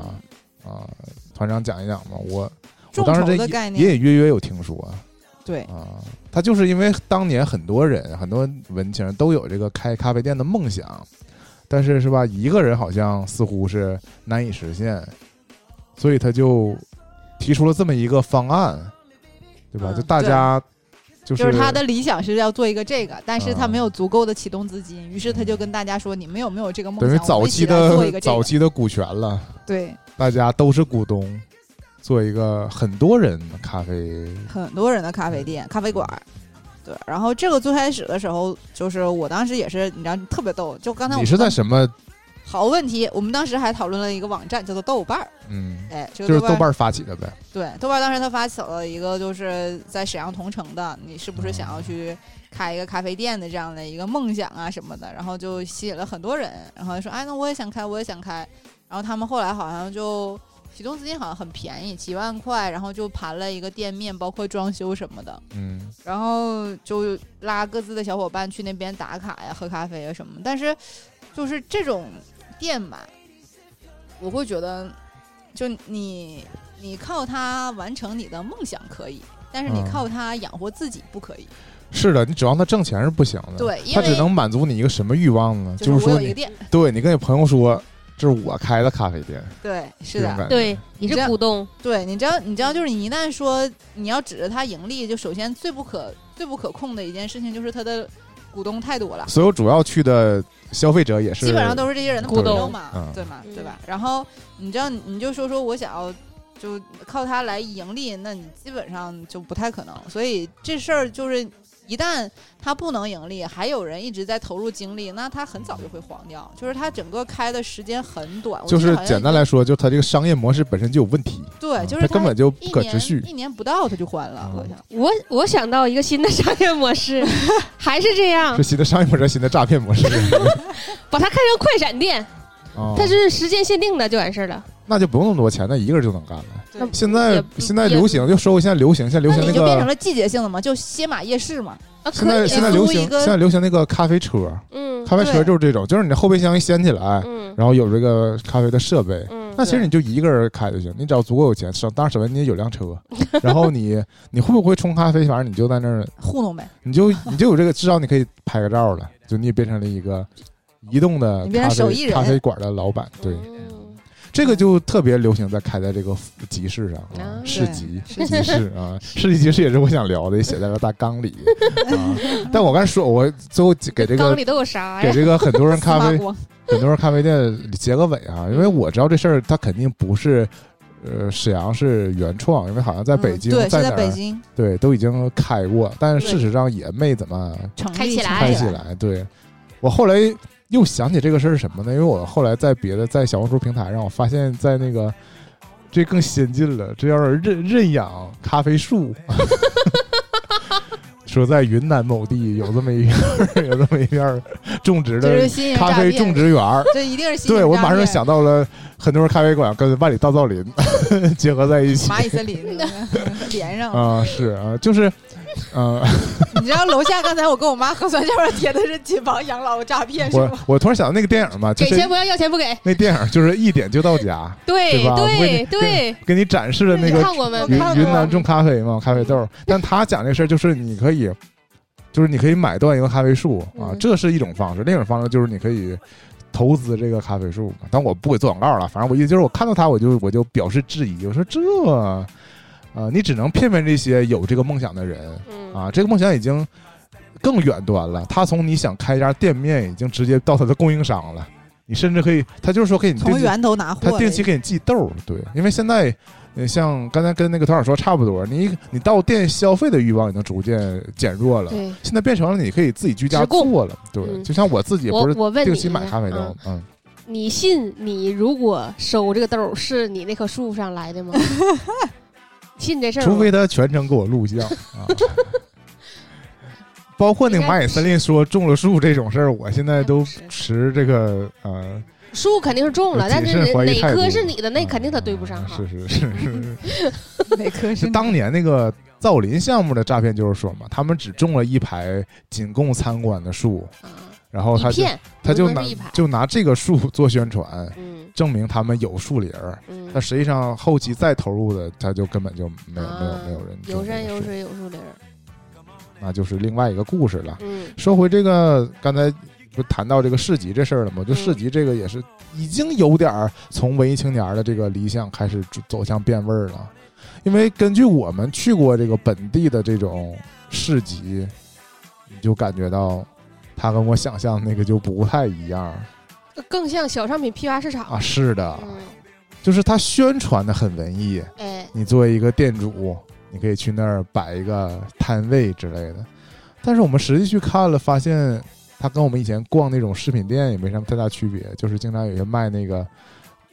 [SPEAKER 1] 啊，团长讲一讲吧，我我
[SPEAKER 3] 众
[SPEAKER 1] 当时
[SPEAKER 3] 筹
[SPEAKER 1] 这
[SPEAKER 3] 的概
[SPEAKER 1] 隐
[SPEAKER 3] 念，
[SPEAKER 1] 隐约约有听说啊
[SPEAKER 3] 对，
[SPEAKER 1] 啊，他就是因为当年很多人很多文青都有这个开咖啡店的梦想，但是是吧，一个人好像似乎是难以实现，所以他就提出了这么一个方案，对吧？
[SPEAKER 3] 嗯
[SPEAKER 1] 就大家就是
[SPEAKER 3] 就是他的理想是要做一个这个，但是他
[SPEAKER 1] 嗯
[SPEAKER 3] 没有足够的启动资金，于是他就跟大家说：“你们有没有这个梦
[SPEAKER 1] 等于
[SPEAKER 3] 想？我
[SPEAKER 1] 早
[SPEAKER 3] 们一
[SPEAKER 1] 期
[SPEAKER 3] 起来做一
[SPEAKER 1] 的
[SPEAKER 3] 个这
[SPEAKER 1] 早
[SPEAKER 3] 个。
[SPEAKER 1] 期的股权了，”
[SPEAKER 3] 对，
[SPEAKER 1] 大家都是股东，做一个很多人的咖啡，
[SPEAKER 3] 很多人的咖啡店、咖啡馆儿。对，然后这个最开始的时候，就是我当时也是，你知道，特别逗。就刚才我
[SPEAKER 1] 你
[SPEAKER 3] 们
[SPEAKER 1] 是在
[SPEAKER 3] 当
[SPEAKER 1] 什么？
[SPEAKER 3] 好问题，我们当时还讨论了一个网站，叫做豆瓣儿。
[SPEAKER 1] 嗯，
[SPEAKER 3] 哎，这
[SPEAKER 1] 就是
[SPEAKER 3] 个豆
[SPEAKER 1] 豆
[SPEAKER 3] 瓣儿
[SPEAKER 1] 瓣儿发起的呗。
[SPEAKER 3] 对，豆瓣儿当时他发起了一个就是在沈阳同城的，你是不是想要去开一个咖啡店的这样的一个梦想啊什么的，然后就吸引了很多人，然后就说哎，那我也想开，我也想开，然后他们后来好像就启动资金好像很便宜，几万块，然后就盘了一个店面，包括装修什么的，
[SPEAKER 1] 嗯，
[SPEAKER 3] 然后就拉各自的小伙伴去那边打卡呀、喝咖啡啊呀什么。但是就是这种店吧，我会觉得，就你你靠它完成你的梦想可以，但是你
[SPEAKER 1] 嗯
[SPEAKER 3] 靠它养活自己不可以。
[SPEAKER 1] 是的，你指望他挣钱是不行的。
[SPEAKER 3] 对，因
[SPEAKER 1] 他只
[SPEAKER 3] 为
[SPEAKER 1] 能满足你一个什么欲望呢？
[SPEAKER 3] 就是是我
[SPEAKER 1] 说
[SPEAKER 3] 有一
[SPEAKER 1] 你
[SPEAKER 3] 个，店，
[SPEAKER 1] 对你跟你朋友说，这是我开的咖啡店，
[SPEAKER 3] 对，是
[SPEAKER 1] 这种感
[SPEAKER 3] 的，
[SPEAKER 1] 觉。
[SPEAKER 2] 对，你
[SPEAKER 3] 这
[SPEAKER 2] 是
[SPEAKER 3] 样
[SPEAKER 2] 股东，
[SPEAKER 3] 对，你知道，你知道，就是你一旦说你要指着它盈利，就首先最不可最不可控的一件事情就是它的股东太多了。
[SPEAKER 1] 所有主要去的消费者也是，
[SPEAKER 3] 基本上都是这些人的
[SPEAKER 2] 股
[SPEAKER 3] 朋
[SPEAKER 2] 东
[SPEAKER 3] 友嘛，
[SPEAKER 1] 嗯
[SPEAKER 3] 对嘛，
[SPEAKER 2] 嗯
[SPEAKER 3] 对吧？然后你知道，你就说说我想要就靠它来盈利，那你基本上就不太可能。所以这事儿就是，一旦它不能盈利，还有人一直在投入精力，那它很早就会黄掉。就是它整个开的时间很短，我
[SPEAKER 1] 就
[SPEAKER 3] 记得
[SPEAKER 1] 是
[SPEAKER 3] 好像
[SPEAKER 1] 简单来说，就他这个商业模式本身就有问题，啊
[SPEAKER 3] 对，就
[SPEAKER 1] 他
[SPEAKER 3] 是
[SPEAKER 1] 根本就不
[SPEAKER 3] 一
[SPEAKER 1] 可
[SPEAKER 3] 年
[SPEAKER 1] 持续。嗯
[SPEAKER 3] 一年不到它就关了，好像。
[SPEAKER 2] 我我想到一个新的商业模式，还是这样
[SPEAKER 1] 是，新的商业模式，新的诈骗模式。
[SPEAKER 2] 把它看成快闪店，
[SPEAKER 1] 啊，
[SPEAKER 2] 它是时间限定的就完事儿了。
[SPEAKER 1] 那就不用那么多钱，那一个人就能干了。
[SPEAKER 3] 对
[SPEAKER 1] 现在
[SPEAKER 2] 也
[SPEAKER 1] 现在
[SPEAKER 2] 也
[SPEAKER 1] 流行就说回现在流行，现在流
[SPEAKER 3] 那
[SPEAKER 1] 行
[SPEAKER 3] 你就变成
[SPEAKER 1] 个，
[SPEAKER 3] 了季节性的嘛，就歇马夜市嘛。
[SPEAKER 2] 啊，
[SPEAKER 1] 现
[SPEAKER 2] 可
[SPEAKER 1] 在
[SPEAKER 2] 以，
[SPEAKER 1] 现在
[SPEAKER 3] 租
[SPEAKER 1] 流
[SPEAKER 3] 一
[SPEAKER 1] 行
[SPEAKER 3] 个
[SPEAKER 1] 现在流行那个咖啡车，
[SPEAKER 2] 嗯
[SPEAKER 1] 咖啡车
[SPEAKER 3] 对
[SPEAKER 1] 就是这种，就是你的后备箱一掀起来，
[SPEAKER 2] 嗯
[SPEAKER 1] 然后有这个咖啡的设备，
[SPEAKER 2] 嗯
[SPEAKER 1] 那其实你就一个人开就行，你只要足够有钱，首当然首先你也有辆车，然后你你会不会冲咖啡，反正你就在那儿，
[SPEAKER 3] 糊弄呗，
[SPEAKER 1] 你就你就有这个，至少你可以拍个照了，就你也变成了一个移动的
[SPEAKER 3] 你变
[SPEAKER 1] 咖
[SPEAKER 3] 成手
[SPEAKER 1] 啡
[SPEAKER 3] 艺人
[SPEAKER 1] 咖啡馆的老板。对，
[SPEAKER 2] 嗯
[SPEAKER 1] 这个就特别流行在开在这个集市上啊
[SPEAKER 2] 啊，
[SPEAKER 1] 市集
[SPEAKER 3] 对
[SPEAKER 1] 集市啊，市集集市也是我想聊的，也写在了大纲里啊。 但我刚才说，我最后给这
[SPEAKER 2] 缸
[SPEAKER 1] 个
[SPEAKER 2] 里都有啥
[SPEAKER 1] 给
[SPEAKER 2] 呀？
[SPEAKER 1] 这个很多人
[SPEAKER 3] 司
[SPEAKER 1] 咖
[SPEAKER 3] 马
[SPEAKER 1] 啡。
[SPEAKER 3] 光
[SPEAKER 1] 很多人咖啡店结个尾啊，因为我知道这事儿，它肯定不是，呃，沈阳是原创，因为好像在北京，
[SPEAKER 3] 嗯对，是
[SPEAKER 1] 哪
[SPEAKER 3] 在
[SPEAKER 1] 儿
[SPEAKER 3] 北京
[SPEAKER 1] 对都已经开过，但是
[SPEAKER 3] 对
[SPEAKER 1] 事实上也没怎么
[SPEAKER 3] 成立
[SPEAKER 2] 开起来
[SPEAKER 1] 开起来。对我后来又想起这个事儿是什么呢？因为我后来在别的在小红书平台上，我发现在那个这更先进了，这叫认认养咖啡树。 说在云南某地有这么一片儿， 有这么一片儿种植
[SPEAKER 3] 就
[SPEAKER 1] 的
[SPEAKER 3] 是新颖
[SPEAKER 1] 咖
[SPEAKER 3] 诈
[SPEAKER 1] 啡
[SPEAKER 3] 骗
[SPEAKER 1] 种植园儿，
[SPEAKER 3] 这一定是新
[SPEAKER 1] 对
[SPEAKER 3] 颖
[SPEAKER 1] 我
[SPEAKER 3] 诈
[SPEAKER 1] 马上
[SPEAKER 3] 骗
[SPEAKER 1] 想到了很多咖啡馆跟万里大造林 结合在一起
[SPEAKER 3] 蚂蚁 森林连上了。
[SPEAKER 1] 啊、是啊，就是，呃，
[SPEAKER 3] 你知道楼下刚才我跟我妈核酸照片贴的是金房养老诈骗是
[SPEAKER 1] 我
[SPEAKER 3] 吗？
[SPEAKER 1] 我突然想到那个电影嘛，就
[SPEAKER 2] 给
[SPEAKER 1] 是
[SPEAKER 2] 钱不要，要钱不给。
[SPEAKER 1] 那电影就是一点就到家，
[SPEAKER 2] 对
[SPEAKER 1] 对吧？我给
[SPEAKER 2] 对
[SPEAKER 1] 你
[SPEAKER 2] 对，
[SPEAKER 1] 给你展示了那
[SPEAKER 2] 你
[SPEAKER 1] 个
[SPEAKER 2] 看过没？
[SPEAKER 1] 云
[SPEAKER 3] 看
[SPEAKER 1] 云
[SPEAKER 3] 过
[SPEAKER 1] 南种咖啡嘛，咖啡豆，但他讲这事儿就是你可以。就是你可以买断一个咖啡树啊，
[SPEAKER 2] 嗯
[SPEAKER 1] 这是一种方式；另一种方式就是你可以投资这个咖啡树。但我不给做广告了，反正我意思就是我看到它，我就我就表示质疑，我说这，呃，你只能骗骗这些有这个梦想的人
[SPEAKER 2] 嗯
[SPEAKER 1] 啊，这 个梦想已经更远端了。他从你想开一家店面，已经直接到他的供应商了。你甚至可以，他就是说可以你定
[SPEAKER 3] 从
[SPEAKER 1] 期
[SPEAKER 3] 源头拿
[SPEAKER 1] 他
[SPEAKER 3] 货，
[SPEAKER 1] 定 期给你寄豆儿，对，因为现在，呃，像刚才跟那个团长说差不多，你你到店消费的欲望已经逐渐减弱了，
[SPEAKER 2] 对，
[SPEAKER 1] 现在变成了你可以自己居家
[SPEAKER 2] 直供
[SPEAKER 1] 做了，对，
[SPEAKER 2] 嗯
[SPEAKER 1] 就像我自己
[SPEAKER 2] 我
[SPEAKER 1] 不是
[SPEAKER 2] 我问你
[SPEAKER 1] 定
[SPEAKER 2] 一
[SPEAKER 1] 期
[SPEAKER 2] 下，
[SPEAKER 1] 买咖啡豆
[SPEAKER 2] 嗯，
[SPEAKER 1] 嗯，
[SPEAKER 2] 你信你如果收这个兜儿是你那棵树上 来的吗？信这事儿吗？
[SPEAKER 1] 除非他全程给我录像 啊。包括那个
[SPEAKER 2] 应该
[SPEAKER 1] 蚂蚁森林说种了树这种事儿，我现在都
[SPEAKER 2] 不是
[SPEAKER 1] 持这个呃，
[SPEAKER 2] 树肯定是种了，
[SPEAKER 1] 谨
[SPEAKER 2] 但是
[SPEAKER 1] 慎怀
[SPEAKER 2] 哪
[SPEAKER 1] 疑
[SPEAKER 2] 哪
[SPEAKER 1] 态
[SPEAKER 2] 棵
[SPEAKER 1] 度
[SPEAKER 2] 是你的，那肯定他对不上
[SPEAKER 1] 啊
[SPEAKER 2] 号。
[SPEAKER 1] 是是是 是
[SPEAKER 3] 哪棵
[SPEAKER 1] 是，
[SPEAKER 3] 是
[SPEAKER 1] 当年那个造林项目的诈骗就是说嘛，他们只种了一排仅供参观的树，
[SPEAKER 2] 啊，
[SPEAKER 1] 然后他哦
[SPEAKER 2] 一
[SPEAKER 1] 就
[SPEAKER 2] 片，
[SPEAKER 1] 他就
[SPEAKER 2] 不
[SPEAKER 1] 拿
[SPEAKER 2] 是一排
[SPEAKER 1] 就拿这个树做宣传，
[SPEAKER 2] 嗯
[SPEAKER 1] 证明他们有树林儿。
[SPEAKER 2] 嗯
[SPEAKER 1] 但，实际上后期再投入的，他就根本就没有、没
[SPEAKER 2] 啊
[SPEAKER 1] 有没有人种
[SPEAKER 2] 有山
[SPEAKER 1] 这个
[SPEAKER 2] 有
[SPEAKER 1] 树，啊
[SPEAKER 2] 水有树林儿，
[SPEAKER 1] 那就是另外一个故事了。
[SPEAKER 2] 嗯
[SPEAKER 1] 说回这个，刚才不谈到这个市集这事儿了吗？就
[SPEAKER 2] 嗯
[SPEAKER 1] 市集这个也是已经有点儿从文艺青年的这个理想开始走走向变味儿了，因为根据我们去过这个本地的这种市集，你就感觉到它跟我想象那个就不太一样
[SPEAKER 2] 更像小商品批发市场。
[SPEAKER 1] 啊。是的，
[SPEAKER 2] 嗯，
[SPEAKER 1] 就是它宣传的很文艺，
[SPEAKER 2] 哎，
[SPEAKER 1] 你作为一个店主，你可以去那儿摆一个摊位之类的。但是我们实际去看了，发现它跟我们以前逛那种饰品店也没什么太大区别，就是经常有些卖那个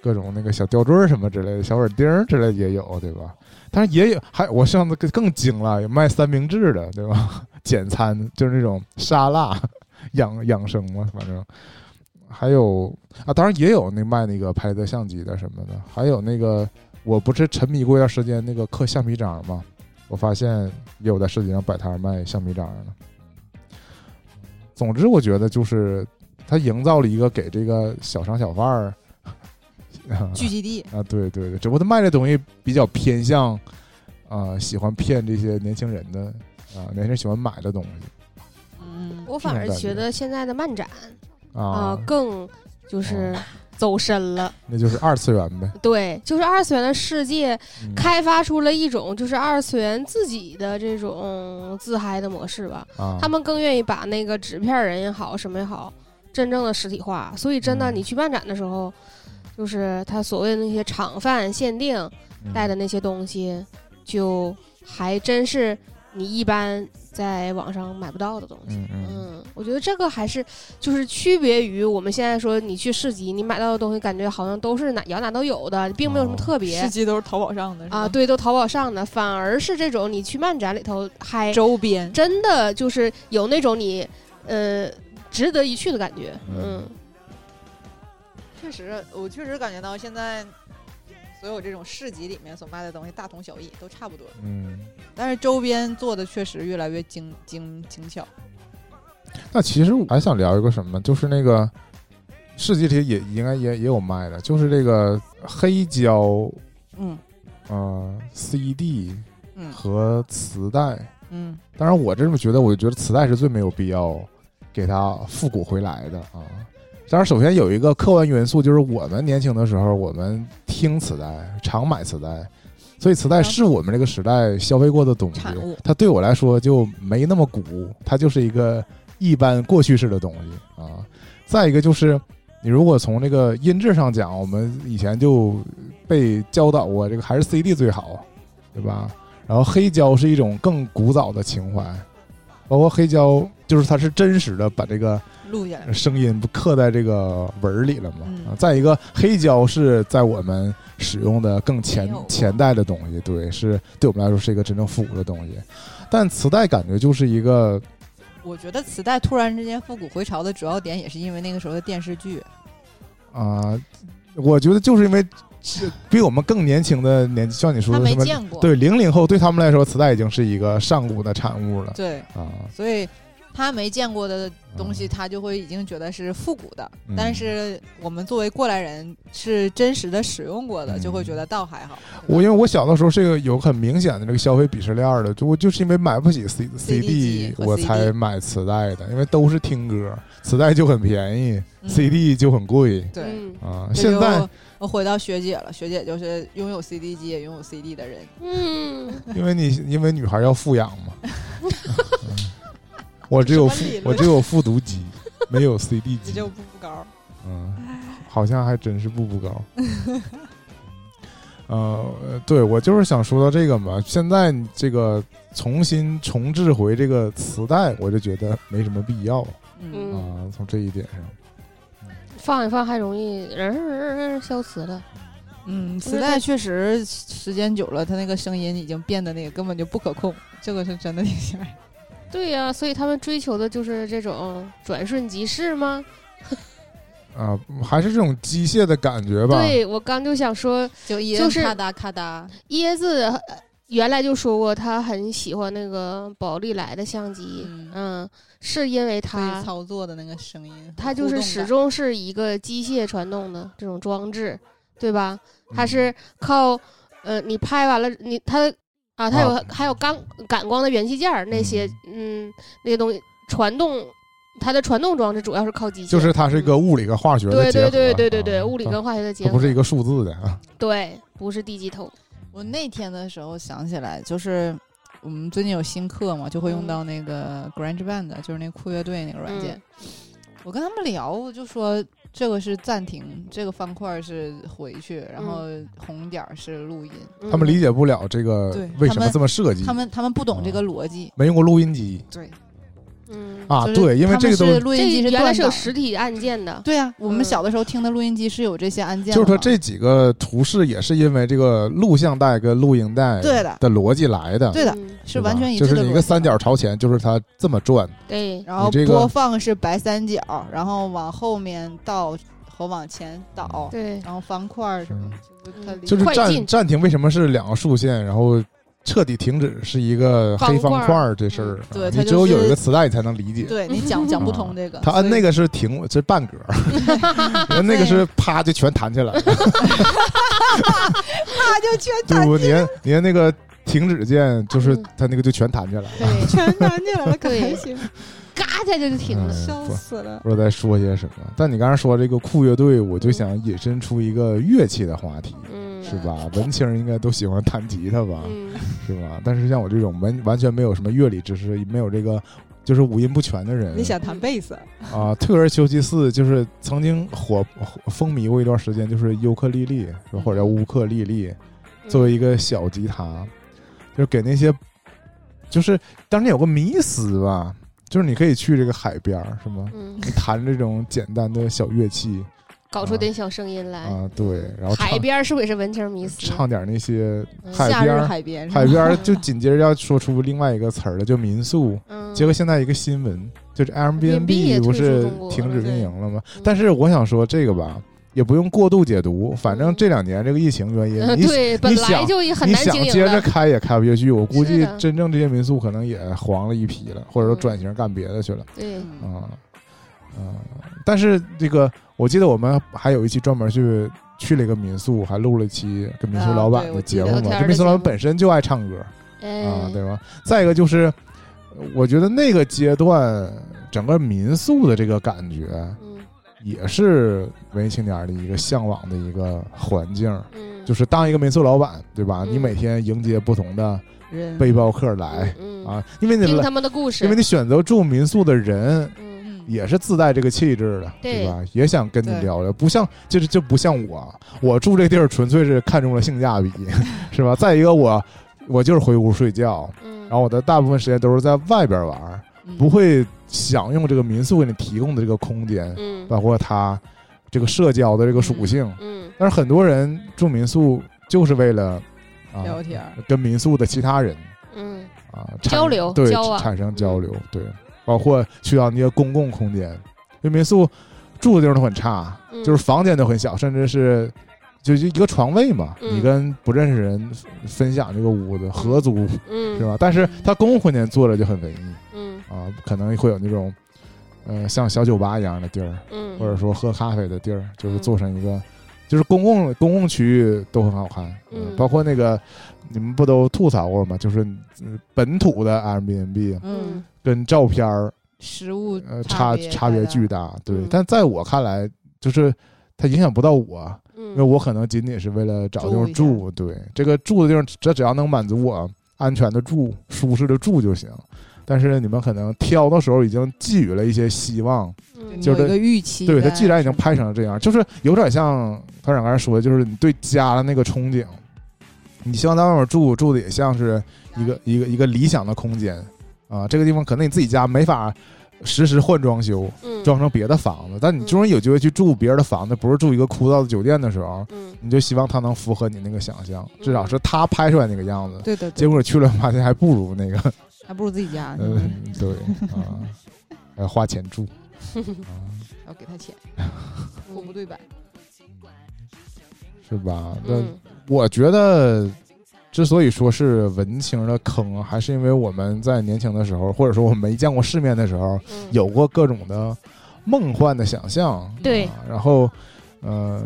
[SPEAKER 1] 各种那个小吊坠儿什么之类的，小耳钉儿之类的也有，对吧？但是也有，还我上次更更惊了，有卖三明治的，对吧？ 简餐就是那种沙拉，养养生嘛，反正还有啊，当然也有那卖那个拍的相机的什么的，还有那个我不是沉迷过一段时间那个刻橡皮章吗？我发现也有在市集上摆摊儿卖橡皮章的。总之，我觉得就是他营造了一个给这个小商小贩儿啊
[SPEAKER 3] 聚集地，
[SPEAKER 1] 啊，对对对，只不过他卖这东西比较偏向啊、喜欢骗这些年轻人的啊、年轻人喜欢买的东西
[SPEAKER 3] 嗯，
[SPEAKER 2] 我反而
[SPEAKER 1] 这种感
[SPEAKER 2] 觉
[SPEAKER 1] 觉
[SPEAKER 2] 得现在的漫展啊
[SPEAKER 1] 啊，
[SPEAKER 2] 更就是走深了。
[SPEAKER 1] 那就是二次元呗。
[SPEAKER 2] 对，就是二次元的世界
[SPEAKER 1] 嗯
[SPEAKER 2] 开发出了一种就是二次元自己的这种自嗨的模式吧。
[SPEAKER 1] 啊，
[SPEAKER 2] 他们更愿意把那个纸片人也好，什么也好，真正的实体化。所以真的，
[SPEAKER 1] 嗯
[SPEAKER 2] 你去漫展的时候，就是他所谓的那些厂贩限定
[SPEAKER 1] 嗯
[SPEAKER 2] 带的那些东西，就还真是你一般在网上买不到的东西。
[SPEAKER 1] 嗯嗯
[SPEAKER 2] 嗯，我觉得这个还是就是区别于我们现在说你去市集，你买到的东西感觉好像都是哪摇哪都有的，并没有什么
[SPEAKER 1] 哦
[SPEAKER 2] 特
[SPEAKER 3] 市
[SPEAKER 2] 别
[SPEAKER 3] 集都是淘宝上的是吧
[SPEAKER 2] 啊。，对，都淘宝上的，反而是这种你去漫展里头还
[SPEAKER 3] 周边
[SPEAKER 2] 真的就是有那种你呃值得一去的感觉。嗯
[SPEAKER 1] 嗯
[SPEAKER 3] 确实，我确实感觉到现在所有这种市集里面所卖的东西大同小异，都差不多。
[SPEAKER 1] 嗯。
[SPEAKER 3] 但是周边做的确实越来越精精精巧。
[SPEAKER 1] 那其实我还想聊一个什么，就是那个市集里也应该也也有卖的，就是这个黑胶、
[SPEAKER 3] 嗯
[SPEAKER 1] 呃 CD
[SPEAKER 3] 嗯
[SPEAKER 1] 和磁带。
[SPEAKER 3] 嗯，
[SPEAKER 1] 当然，我这么觉得，我就觉得磁带是最没有必要给它复古回来的啊。当然，首先有一个客观元素，就是我们年轻的时候，我们听磁带，常买磁带，所以磁
[SPEAKER 2] 嗯
[SPEAKER 1] 带是我们这个时代消费过的东西
[SPEAKER 3] 产物。
[SPEAKER 1] 它对我来说就没那么古，它就是一个一般过去式的东西啊。再一个就是，你如果从这个音质上讲，我们以前就被教导过，这个还是 CD 最好，对吧？然后黑胶是一种更古早的情怀，包括黑胶，就是它是真实的把这个
[SPEAKER 3] 录下来。
[SPEAKER 1] 声音不刻在这个纹儿里了嘛。
[SPEAKER 3] 嗯
[SPEAKER 1] 啊再一个，黑胶是在我们使用的更前
[SPEAKER 3] 没有过
[SPEAKER 1] 前代的东西，对，是对我们来说是一个真正复古的东西。但磁带感觉就是一个
[SPEAKER 3] 我觉得磁带突然之间复古回潮的主要点，也是因为那个时候的电视剧。
[SPEAKER 1] 啊、我觉得就是因为是比我们更年轻的年纪，像你说
[SPEAKER 3] 他
[SPEAKER 1] 的
[SPEAKER 3] 没
[SPEAKER 1] 什么
[SPEAKER 3] 见过，
[SPEAKER 1] 对零零后，对他们来说，磁带已经是一个上古的产物了
[SPEAKER 3] 对
[SPEAKER 1] 啊。
[SPEAKER 3] 所以他没见过的东西，
[SPEAKER 1] 嗯
[SPEAKER 3] 他就会已经觉得是复古的。
[SPEAKER 1] 嗯
[SPEAKER 3] 但是我们作为过来人，是真实的使用过的，
[SPEAKER 1] 嗯
[SPEAKER 3] 就会觉得倒还好。对吧
[SPEAKER 1] 我因为我小的时候是个有很明显的这个消费鄙视链儿的，就我就是因为买不起 C
[SPEAKER 3] CD 和
[SPEAKER 1] 我
[SPEAKER 3] CD
[SPEAKER 1] 才买磁带的，因为都是听歌，磁带就很便宜、
[SPEAKER 3] 嗯
[SPEAKER 1] c d 就很贵
[SPEAKER 2] 嗯
[SPEAKER 3] 对，
[SPEAKER 1] 啊。
[SPEAKER 3] 这
[SPEAKER 1] 现
[SPEAKER 3] 就
[SPEAKER 1] 在
[SPEAKER 3] 我回到学姐了，学姐就是拥有 CD 机也拥有 CD 的人。
[SPEAKER 2] 嗯，
[SPEAKER 1] 因为你因为女孩要富养 嘛，嗯我只有
[SPEAKER 3] 什
[SPEAKER 1] 复
[SPEAKER 3] 么理论
[SPEAKER 1] 我只有复读机，没有 CD
[SPEAKER 3] 这
[SPEAKER 1] 机
[SPEAKER 3] 就，步步高，
[SPEAKER 1] 嗯，好像还真是步步高。 呃，对我就是想说到这个嘛，现在这个重新重置回这个磁带，我就觉得没什么必要啊、
[SPEAKER 3] 嗯
[SPEAKER 2] 嗯
[SPEAKER 1] 从这一点上，
[SPEAKER 2] 放一放还容易人儿消磁了。
[SPEAKER 3] 嗯，
[SPEAKER 2] 就
[SPEAKER 3] 磁
[SPEAKER 2] 是
[SPEAKER 3] 带
[SPEAKER 2] 在
[SPEAKER 3] 确实时间久了，它那个声音已经变得那个根本就不可控，这个是真的挺吓人。
[SPEAKER 2] 对呀、所以他们追求的就是这种转瞬即逝吗？
[SPEAKER 1] 啊、还是这种机械的感觉吧。
[SPEAKER 2] 对我刚就想说，
[SPEAKER 3] 就一
[SPEAKER 2] 就是
[SPEAKER 3] 咔哒咔哒，
[SPEAKER 2] 椰子呃原来就说过他很喜欢那个宝丽来的相机，
[SPEAKER 3] 嗯
[SPEAKER 2] 嗯，是因为
[SPEAKER 3] 可以
[SPEAKER 2] 它
[SPEAKER 3] 操作的那个声音，
[SPEAKER 2] 它就是始终是一个机械传动的这种装置，对吧？
[SPEAKER 1] 嗯
[SPEAKER 2] 它是靠呃你拍完了你它啊它有、
[SPEAKER 1] 啊
[SPEAKER 2] 还有感感光的元器件儿那些嗯那些东西传动。它的传动装置主要是靠机械，
[SPEAKER 1] 就是它是一个物理跟化学的
[SPEAKER 2] 对
[SPEAKER 1] 结合
[SPEAKER 2] 对对对对对，
[SPEAKER 1] 啊
[SPEAKER 2] 物理
[SPEAKER 1] 它
[SPEAKER 2] 跟化学的结
[SPEAKER 1] 它
[SPEAKER 2] 合，
[SPEAKER 1] 不是一个数字的啊。
[SPEAKER 2] 对，不是低级头，
[SPEAKER 3] 我那天的时候想起来，就是我们最近有新课嘛，就会用
[SPEAKER 2] 嗯
[SPEAKER 3] 到那个 GarageBand，就是那酷乐队那个软件。我跟他们聊，我就说这个是暂停，这个方块是回去，然后红点儿是录音。
[SPEAKER 2] 嗯
[SPEAKER 1] 他们理解不了这个
[SPEAKER 3] 对
[SPEAKER 1] 为
[SPEAKER 3] 他
[SPEAKER 1] 什么
[SPEAKER 3] 们
[SPEAKER 1] 这么设计
[SPEAKER 3] 他，们他们不懂这
[SPEAKER 1] 啊
[SPEAKER 3] 个逻辑，
[SPEAKER 1] 没用过录音机
[SPEAKER 3] 对
[SPEAKER 2] 嗯
[SPEAKER 1] 啊。
[SPEAKER 3] 就是
[SPEAKER 1] 对，因为
[SPEAKER 3] 他们
[SPEAKER 1] 这个东
[SPEAKER 3] 是
[SPEAKER 1] 西
[SPEAKER 3] 录音
[SPEAKER 2] 这
[SPEAKER 3] 机
[SPEAKER 2] 原
[SPEAKER 3] 断
[SPEAKER 2] 来是有
[SPEAKER 3] 档
[SPEAKER 2] 实体按键的，
[SPEAKER 3] 对啊，我们
[SPEAKER 2] 嗯
[SPEAKER 3] 小的时候听的录音机是有这些按键
[SPEAKER 1] 就
[SPEAKER 3] 的
[SPEAKER 1] 是
[SPEAKER 3] 嘛，
[SPEAKER 1] 它这几个图示也是因为这个录像带跟录音带
[SPEAKER 3] 对的
[SPEAKER 1] 的逻辑来的，
[SPEAKER 3] 对的
[SPEAKER 2] 嗯
[SPEAKER 3] 是
[SPEAKER 1] 吧
[SPEAKER 3] 完全一致
[SPEAKER 1] 就是
[SPEAKER 3] 的逻辑嘛。
[SPEAKER 1] 你一个三角朝前，就是它这么转，
[SPEAKER 2] 对，
[SPEAKER 3] 然后
[SPEAKER 1] 你这个
[SPEAKER 3] 播放是白三角，然后往后面倒和往前倒，
[SPEAKER 2] 对，
[SPEAKER 3] 然后方块儿什么，就
[SPEAKER 2] 嗯
[SPEAKER 3] 它离
[SPEAKER 1] 嗯就是
[SPEAKER 2] 快
[SPEAKER 1] 暂
[SPEAKER 2] 进
[SPEAKER 1] 暂停为什么是两个竖线，然后彻底停止是一个黑方
[SPEAKER 2] 方块
[SPEAKER 1] 块儿这事儿啊，
[SPEAKER 3] 嗯对它
[SPEAKER 1] 你只有
[SPEAKER 3] 就是
[SPEAKER 1] 有一个磁带你才能理解。
[SPEAKER 3] 对你
[SPEAKER 2] 嗯
[SPEAKER 3] 讲讲不通这个，
[SPEAKER 1] 他摁那
[SPEAKER 3] 个
[SPEAKER 1] 个是停，这半格儿， 人那个是啪就全弹起来了。
[SPEAKER 3] 他就全
[SPEAKER 1] 对
[SPEAKER 3] 弹，
[SPEAKER 1] 不？你按你按那个停止键，就是它那个就全弹起来了。
[SPEAKER 2] 对
[SPEAKER 3] 全弹起来了，可
[SPEAKER 2] 对
[SPEAKER 3] 开 心，
[SPEAKER 2] 嘎一下就停了，
[SPEAKER 1] 嗯
[SPEAKER 3] 笑
[SPEAKER 1] 不
[SPEAKER 3] 死了。
[SPEAKER 1] 不知道在说些什么，但你刚才说这个酷乐队，我就想引申出一个乐器的话题，
[SPEAKER 2] 嗯，
[SPEAKER 1] 是啊吧？文青儿应该都喜欢弹吉他吧，
[SPEAKER 2] 嗯，
[SPEAKER 1] 是吧？但是像我这种完完全没有什么乐理知识，没有这个就是五音不全的人，
[SPEAKER 3] 你想弹贝斯？
[SPEAKER 1] 啊，退而求其次，就是曾经火火风靡过一段时间，就是尤克里里是吧或者叫乌克丽丽，作为一个小吉他，就是给那些，就是当年有个迷思吧，就是你可以去这个海边儿，是吗？
[SPEAKER 2] 嗯，
[SPEAKER 1] 你弹这种简单的小乐器
[SPEAKER 2] 搞出点小声音来
[SPEAKER 1] 啊，对，然后唱
[SPEAKER 2] 哎海边儿是不是也是文青迷思？
[SPEAKER 1] 唱点那些
[SPEAKER 2] 嗯
[SPEAKER 1] 海
[SPEAKER 3] 夏
[SPEAKER 1] 边
[SPEAKER 3] 日
[SPEAKER 1] 儿，
[SPEAKER 3] 海边是吧
[SPEAKER 1] 海边儿就紧接着要说出另外一个词儿了，就民宿。
[SPEAKER 2] 嗯，
[SPEAKER 1] 结果现在一个新闻，就是
[SPEAKER 2] Airbnb
[SPEAKER 1] Airbnb
[SPEAKER 2] 也退
[SPEAKER 1] 不
[SPEAKER 2] 出
[SPEAKER 1] 是
[SPEAKER 2] 中国
[SPEAKER 1] 停止运
[SPEAKER 2] 了
[SPEAKER 3] 对
[SPEAKER 1] 营了吗？
[SPEAKER 2] 嗯
[SPEAKER 1] 但是我想说这个吧，也不用过度解读，反正
[SPEAKER 2] 嗯
[SPEAKER 1] 这两年这个疫情原因，
[SPEAKER 2] 嗯
[SPEAKER 1] 你
[SPEAKER 2] 对，本来
[SPEAKER 1] 想
[SPEAKER 2] 就也很
[SPEAKER 1] 你
[SPEAKER 2] 难
[SPEAKER 1] 想
[SPEAKER 2] 经营
[SPEAKER 1] 接着
[SPEAKER 2] 的，
[SPEAKER 1] 开也开不下去。我估
[SPEAKER 2] 是
[SPEAKER 1] 计
[SPEAKER 2] 的嗯
[SPEAKER 1] 真正这些民宿可能也黄了一批了，或者说转型干别的去了
[SPEAKER 2] 对，
[SPEAKER 3] 嗯
[SPEAKER 1] 啊啊！但是这个，我记得我们还有一期专门去。去了一个民宿，还录了一期跟民宿
[SPEAKER 3] 啊
[SPEAKER 1] 老板
[SPEAKER 3] 对
[SPEAKER 1] 的
[SPEAKER 3] 我记
[SPEAKER 1] 节
[SPEAKER 3] 得
[SPEAKER 1] 目
[SPEAKER 2] 聊
[SPEAKER 1] 嘛。
[SPEAKER 2] 天儿
[SPEAKER 1] 这
[SPEAKER 2] 的
[SPEAKER 1] 民宿
[SPEAKER 2] 节
[SPEAKER 1] 老板
[SPEAKER 2] 目
[SPEAKER 1] 本身就爱唱歌，啊
[SPEAKER 2] 哎，，
[SPEAKER 1] 对吧？再一个就是，呃我觉得那个阶段整个民宿的这个感觉，
[SPEAKER 2] 嗯
[SPEAKER 1] 也是文艺青年的一个向往的一个环境。
[SPEAKER 2] 嗯，
[SPEAKER 1] 就是是当一个民宿老板，对吧？
[SPEAKER 2] 嗯
[SPEAKER 1] 你每天迎接不同的
[SPEAKER 3] 人
[SPEAKER 1] 背包客来，
[SPEAKER 2] 嗯，
[SPEAKER 1] 啊， 因为你
[SPEAKER 2] 听
[SPEAKER 1] 来，
[SPEAKER 2] 他们的故事，
[SPEAKER 1] 因为你选择住民宿的人
[SPEAKER 2] 嗯
[SPEAKER 3] 嗯
[SPEAKER 1] 也是自带这个气质的，
[SPEAKER 2] 对
[SPEAKER 1] 对吧？也想跟你
[SPEAKER 3] 对
[SPEAKER 1] 聊聊，不像就是就不像我，我住这地儿纯粹是看中了性价比， 是吧？再一个我我就是回屋睡觉，
[SPEAKER 2] 嗯，
[SPEAKER 1] 然后我的大部分时间都是在外边玩儿，
[SPEAKER 3] 嗯
[SPEAKER 1] 不会享用这个民宿给你提供的这个空间，
[SPEAKER 2] 嗯
[SPEAKER 1] 包括它这个社交的这个属性。
[SPEAKER 2] 嗯
[SPEAKER 1] 但是很多人住民宿就是为了啊
[SPEAKER 3] 聊天儿
[SPEAKER 1] 跟民宿的其他人
[SPEAKER 2] 嗯
[SPEAKER 1] 啊产
[SPEAKER 2] 交流
[SPEAKER 1] 对
[SPEAKER 2] 交往嗯
[SPEAKER 1] 产生交流，对，包括去到那些公共空间，因为民宿住的地方都很差，
[SPEAKER 2] 嗯
[SPEAKER 1] 就是房间都很小，甚至是。就就一个床位嘛，
[SPEAKER 2] 嗯
[SPEAKER 1] 你跟不认识人分享这个屋子，合租是
[SPEAKER 2] 嗯
[SPEAKER 1] 吧？但是它公共空间做着就很文艺
[SPEAKER 2] 嗯
[SPEAKER 1] 啊，可能会有那种，呃，像小酒吧一样的地儿，
[SPEAKER 2] 嗯，
[SPEAKER 1] 或者说喝咖啡的地儿，就是
[SPEAKER 2] 嗯
[SPEAKER 1] 做成一个，就是公共公共区域都很好看，呃
[SPEAKER 2] 嗯
[SPEAKER 1] 包括那个你们不都吐槽过吗？就是呃本土的 Airbnb
[SPEAKER 3] 嗯
[SPEAKER 2] 嗯
[SPEAKER 1] 跟照片儿
[SPEAKER 3] 食物
[SPEAKER 1] 呃差
[SPEAKER 3] 别
[SPEAKER 1] 差别
[SPEAKER 3] 太大
[SPEAKER 1] 巨大，对，
[SPEAKER 2] 嗯
[SPEAKER 1] 但在我看来就是。它影响不到我，因为
[SPEAKER 2] 嗯
[SPEAKER 1] 我可能仅仅是为了找地方住。
[SPEAKER 3] 住
[SPEAKER 1] 对，这个住的地方，这只要能满足我安全的住、舒适的住就行。但是你们可能挑的时候已经寄予了一些希望，
[SPEAKER 3] 你
[SPEAKER 2] 嗯
[SPEAKER 1] 就是
[SPEAKER 3] 有一个预期在。
[SPEAKER 1] 对它既然已经拍成了这样，就是有点像团长刚才说的，就是你对家的那个憧憬，你希望在外面住住的也像是一个一个一个理想的空间啊，这个地方可能你自己家没法实时换装修，
[SPEAKER 2] 嗯，
[SPEAKER 1] 装成别的房子。但你终于有机会去住别人的房子，不是住一个枯燥的酒店的时候，
[SPEAKER 2] 嗯，
[SPEAKER 1] 你就希望它能符合你那个想象，至少是他拍出来那个样子。
[SPEAKER 3] 对对对
[SPEAKER 1] 结，果去了发现还不如那个，
[SPEAKER 3] 还不如自己家呢，
[SPEAKER 1] 嗯，对啊，还要花钱住。啊
[SPEAKER 3] 要给他 钱，货不对版。
[SPEAKER 1] 是吧？那、
[SPEAKER 2] 嗯
[SPEAKER 1] 我觉得，之所以说是文青的坑，还是因为我们在年轻的时候，或者说我们没见过世面的时候，
[SPEAKER 2] 嗯，
[SPEAKER 1] 有过各种的梦幻的想象。
[SPEAKER 4] 对
[SPEAKER 1] 啊然后，呃，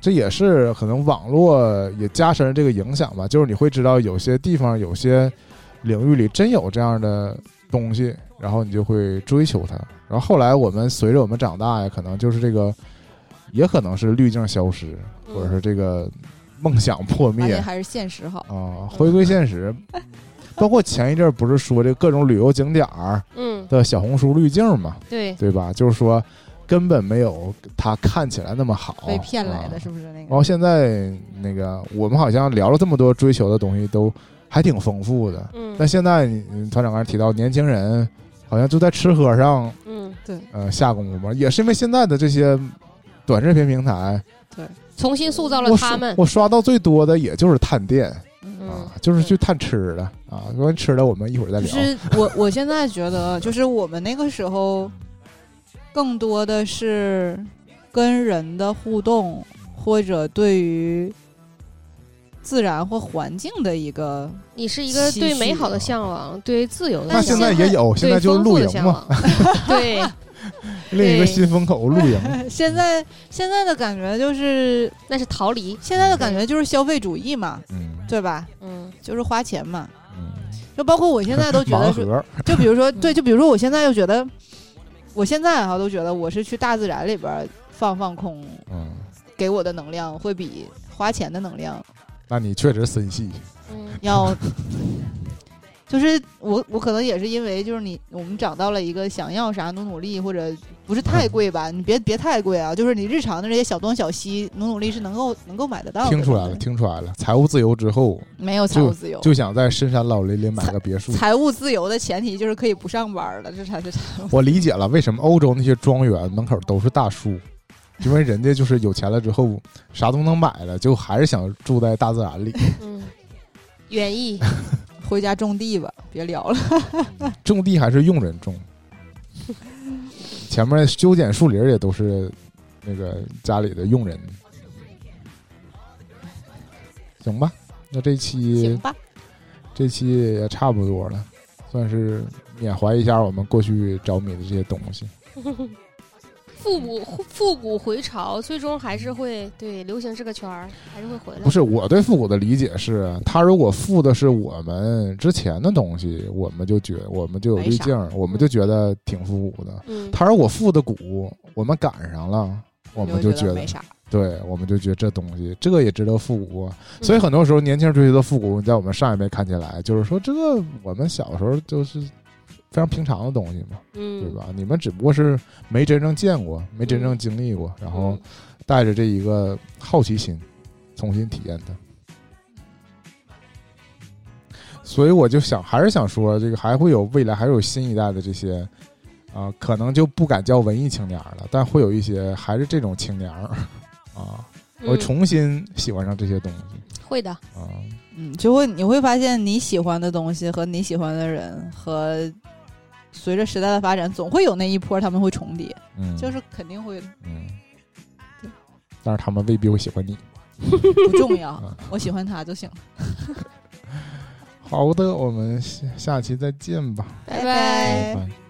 [SPEAKER 1] 这也是可能网络也加深了这个影响吧。就是你会知道有些地方、有些领域里真有这样的东西，然后你就会追求它。然后后来我们随着我们长大呀，可能就是这个，也可能是滤镜消失，
[SPEAKER 2] 嗯
[SPEAKER 1] 或者是这个梦想破
[SPEAKER 3] 发
[SPEAKER 1] 灭
[SPEAKER 3] 现还是现实好。
[SPEAKER 1] 啊，回归现 实。包括前一阵儿不是说这各种旅游景点儿
[SPEAKER 2] 嗯，
[SPEAKER 1] 的小红书滤镜嘛，
[SPEAKER 4] 对，
[SPEAKER 1] 对吧？就是说根本没有它看起来那么好，
[SPEAKER 3] 被骗来的
[SPEAKER 1] 啊
[SPEAKER 3] 是不是那
[SPEAKER 1] 然
[SPEAKER 3] 个？
[SPEAKER 1] 后现在那个我们好像聊了这么多追求的东西，都还挺丰富的。
[SPEAKER 2] 嗯，
[SPEAKER 1] 但现在嗯团长刚才提到，年轻人好像就在吃喝上
[SPEAKER 2] 嗯，
[SPEAKER 3] 对
[SPEAKER 1] 呃下功夫嘛，也是因为现在的这些短视频平台，
[SPEAKER 3] 对，
[SPEAKER 2] 重新塑造了
[SPEAKER 1] 我
[SPEAKER 2] 他
[SPEAKER 1] 刷
[SPEAKER 2] 们。
[SPEAKER 1] 我刷到最多的也就是探店
[SPEAKER 2] 嗯
[SPEAKER 1] 啊，就是去探吃的啊，关于吃的我们一会儿再
[SPEAKER 3] 就
[SPEAKER 1] 聊。
[SPEAKER 3] 是 我我现在觉得，就是我们那个时候，更多的是跟人的互动，或者对于自然或环境的一个，
[SPEAKER 2] 你是一个
[SPEAKER 3] 唏
[SPEAKER 2] 对
[SPEAKER 3] 嘘
[SPEAKER 2] 美好的
[SPEAKER 1] 啊
[SPEAKER 2] 向往，对自由的
[SPEAKER 1] 那
[SPEAKER 2] 向
[SPEAKER 1] 现
[SPEAKER 2] 往，
[SPEAKER 1] 在也有，现
[SPEAKER 2] 对
[SPEAKER 1] 在就是
[SPEAKER 2] 丰富
[SPEAKER 1] 露
[SPEAKER 2] 的
[SPEAKER 1] 营
[SPEAKER 2] 向
[SPEAKER 1] 嘛，
[SPEAKER 2] 往。 对，
[SPEAKER 1] 另一个
[SPEAKER 2] 对
[SPEAKER 1] 新风口露营。
[SPEAKER 3] 现在现在的感觉就是
[SPEAKER 2] 那是逃离。
[SPEAKER 3] 现在的感觉就是消费主义嘛，
[SPEAKER 1] 嗯
[SPEAKER 3] 对吧？
[SPEAKER 2] 嗯
[SPEAKER 3] 就是花钱嘛，
[SPEAKER 1] 嗯，
[SPEAKER 3] 就包括我现在都觉
[SPEAKER 1] 盲
[SPEAKER 3] 得是
[SPEAKER 1] 盒
[SPEAKER 3] 就比如说，对，就比如说，我现在又觉得，我现在哈、都觉得我是去大自然里边儿放放空，
[SPEAKER 1] 嗯，
[SPEAKER 3] 给我的能量会比花钱的能量
[SPEAKER 1] 那你确实森系。
[SPEAKER 2] 嗯
[SPEAKER 3] 要。就是我，我可能也是因为，就是你，我们找到了一个想要啥，努努力，或者不是太贵吧，你别别太贵啊，就是你日常的这些小东小西，努努力是能够能够买得到的。
[SPEAKER 1] 听出来了，听出来了，财务自由之后，
[SPEAKER 3] 没有财务自由，
[SPEAKER 1] 就想在深山老林里买个别墅。
[SPEAKER 3] 哦财务自由的前提就是可以不上班儿了，这才是财务。
[SPEAKER 1] 我理解了为什么欧洲那些庄园门口都是大树，因为人家就是有钱了之后啥都能买了，就还是想住在大自然里。
[SPEAKER 2] 嗯，园艺，
[SPEAKER 3] 回家种地吧，别聊了。
[SPEAKER 1] 种地还是用人种，前面修剪树林儿也都是那个家里的佣人。行吧，那这期
[SPEAKER 3] 行吧，
[SPEAKER 1] 这期也差不多了，算是缅怀一下我们过去着迷的这些东西。
[SPEAKER 3] 嗯
[SPEAKER 2] 复古复古回潮，最终还是会对流行是个圈儿，还是会回来。
[SPEAKER 1] 不是我对复古的理解是，它如果复的是我们之前的东西，我们就觉我们就有滤镜，我们就觉得挺复古的。
[SPEAKER 2] 嗯，
[SPEAKER 1] 它如果复的古，我们赶上了，我们就
[SPEAKER 3] 觉
[SPEAKER 1] 觉得
[SPEAKER 3] 没啥。
[SPEAKER 1] 对，我们就觉得这东西这个也值得复古啊。所以很多时候，年轻人追求的复古，在我们上一辈看起来就是说，这个我们小时候就是非常平常的东西嘛，
[SPEAKER 2] 嗯，
[SPEAKER 1] 对吧？你们只不过是没真正见过，没真正经历过，然
[SPEAKER 2] 嗯
[SPEAKER 1] 后带着这一个好奇心，重新体验它。所以我就想，还是想说，这个还会有未来，还有新一代的这些，啊、可能就不敢叫文艺青年儿了，但会有一些还是这种青年儿，啊，
[SPEAKER 2] 嗯
[SPEAKER 1] 我重新喜欢上这些东西
[SPEAKER 2] 会的，
[SPEAKER 1] 啊。
[SPEAKER 3] 嗯，就会你会发现你喜欢的东西和你喜欢的人和随着时代的发展，总会有那一波他们会重叠，
[SPEAKER 1] 嗯，
[SPEAKER 3] 就是肯定会的
[SPEAKER 1] 嗯，但是他们未必会喜欢你。
[SPEAKER 3] 不重要
[SPEAKER 1] 啊。
[SPEAKER 3] 我喜欢他就行了。
[SPEAKER 1] 好的，我们下下期再见吧。
[SPEAKER 2] 拜
[SPEAKER 3] 拜
[SPEAKER 1] 拜拜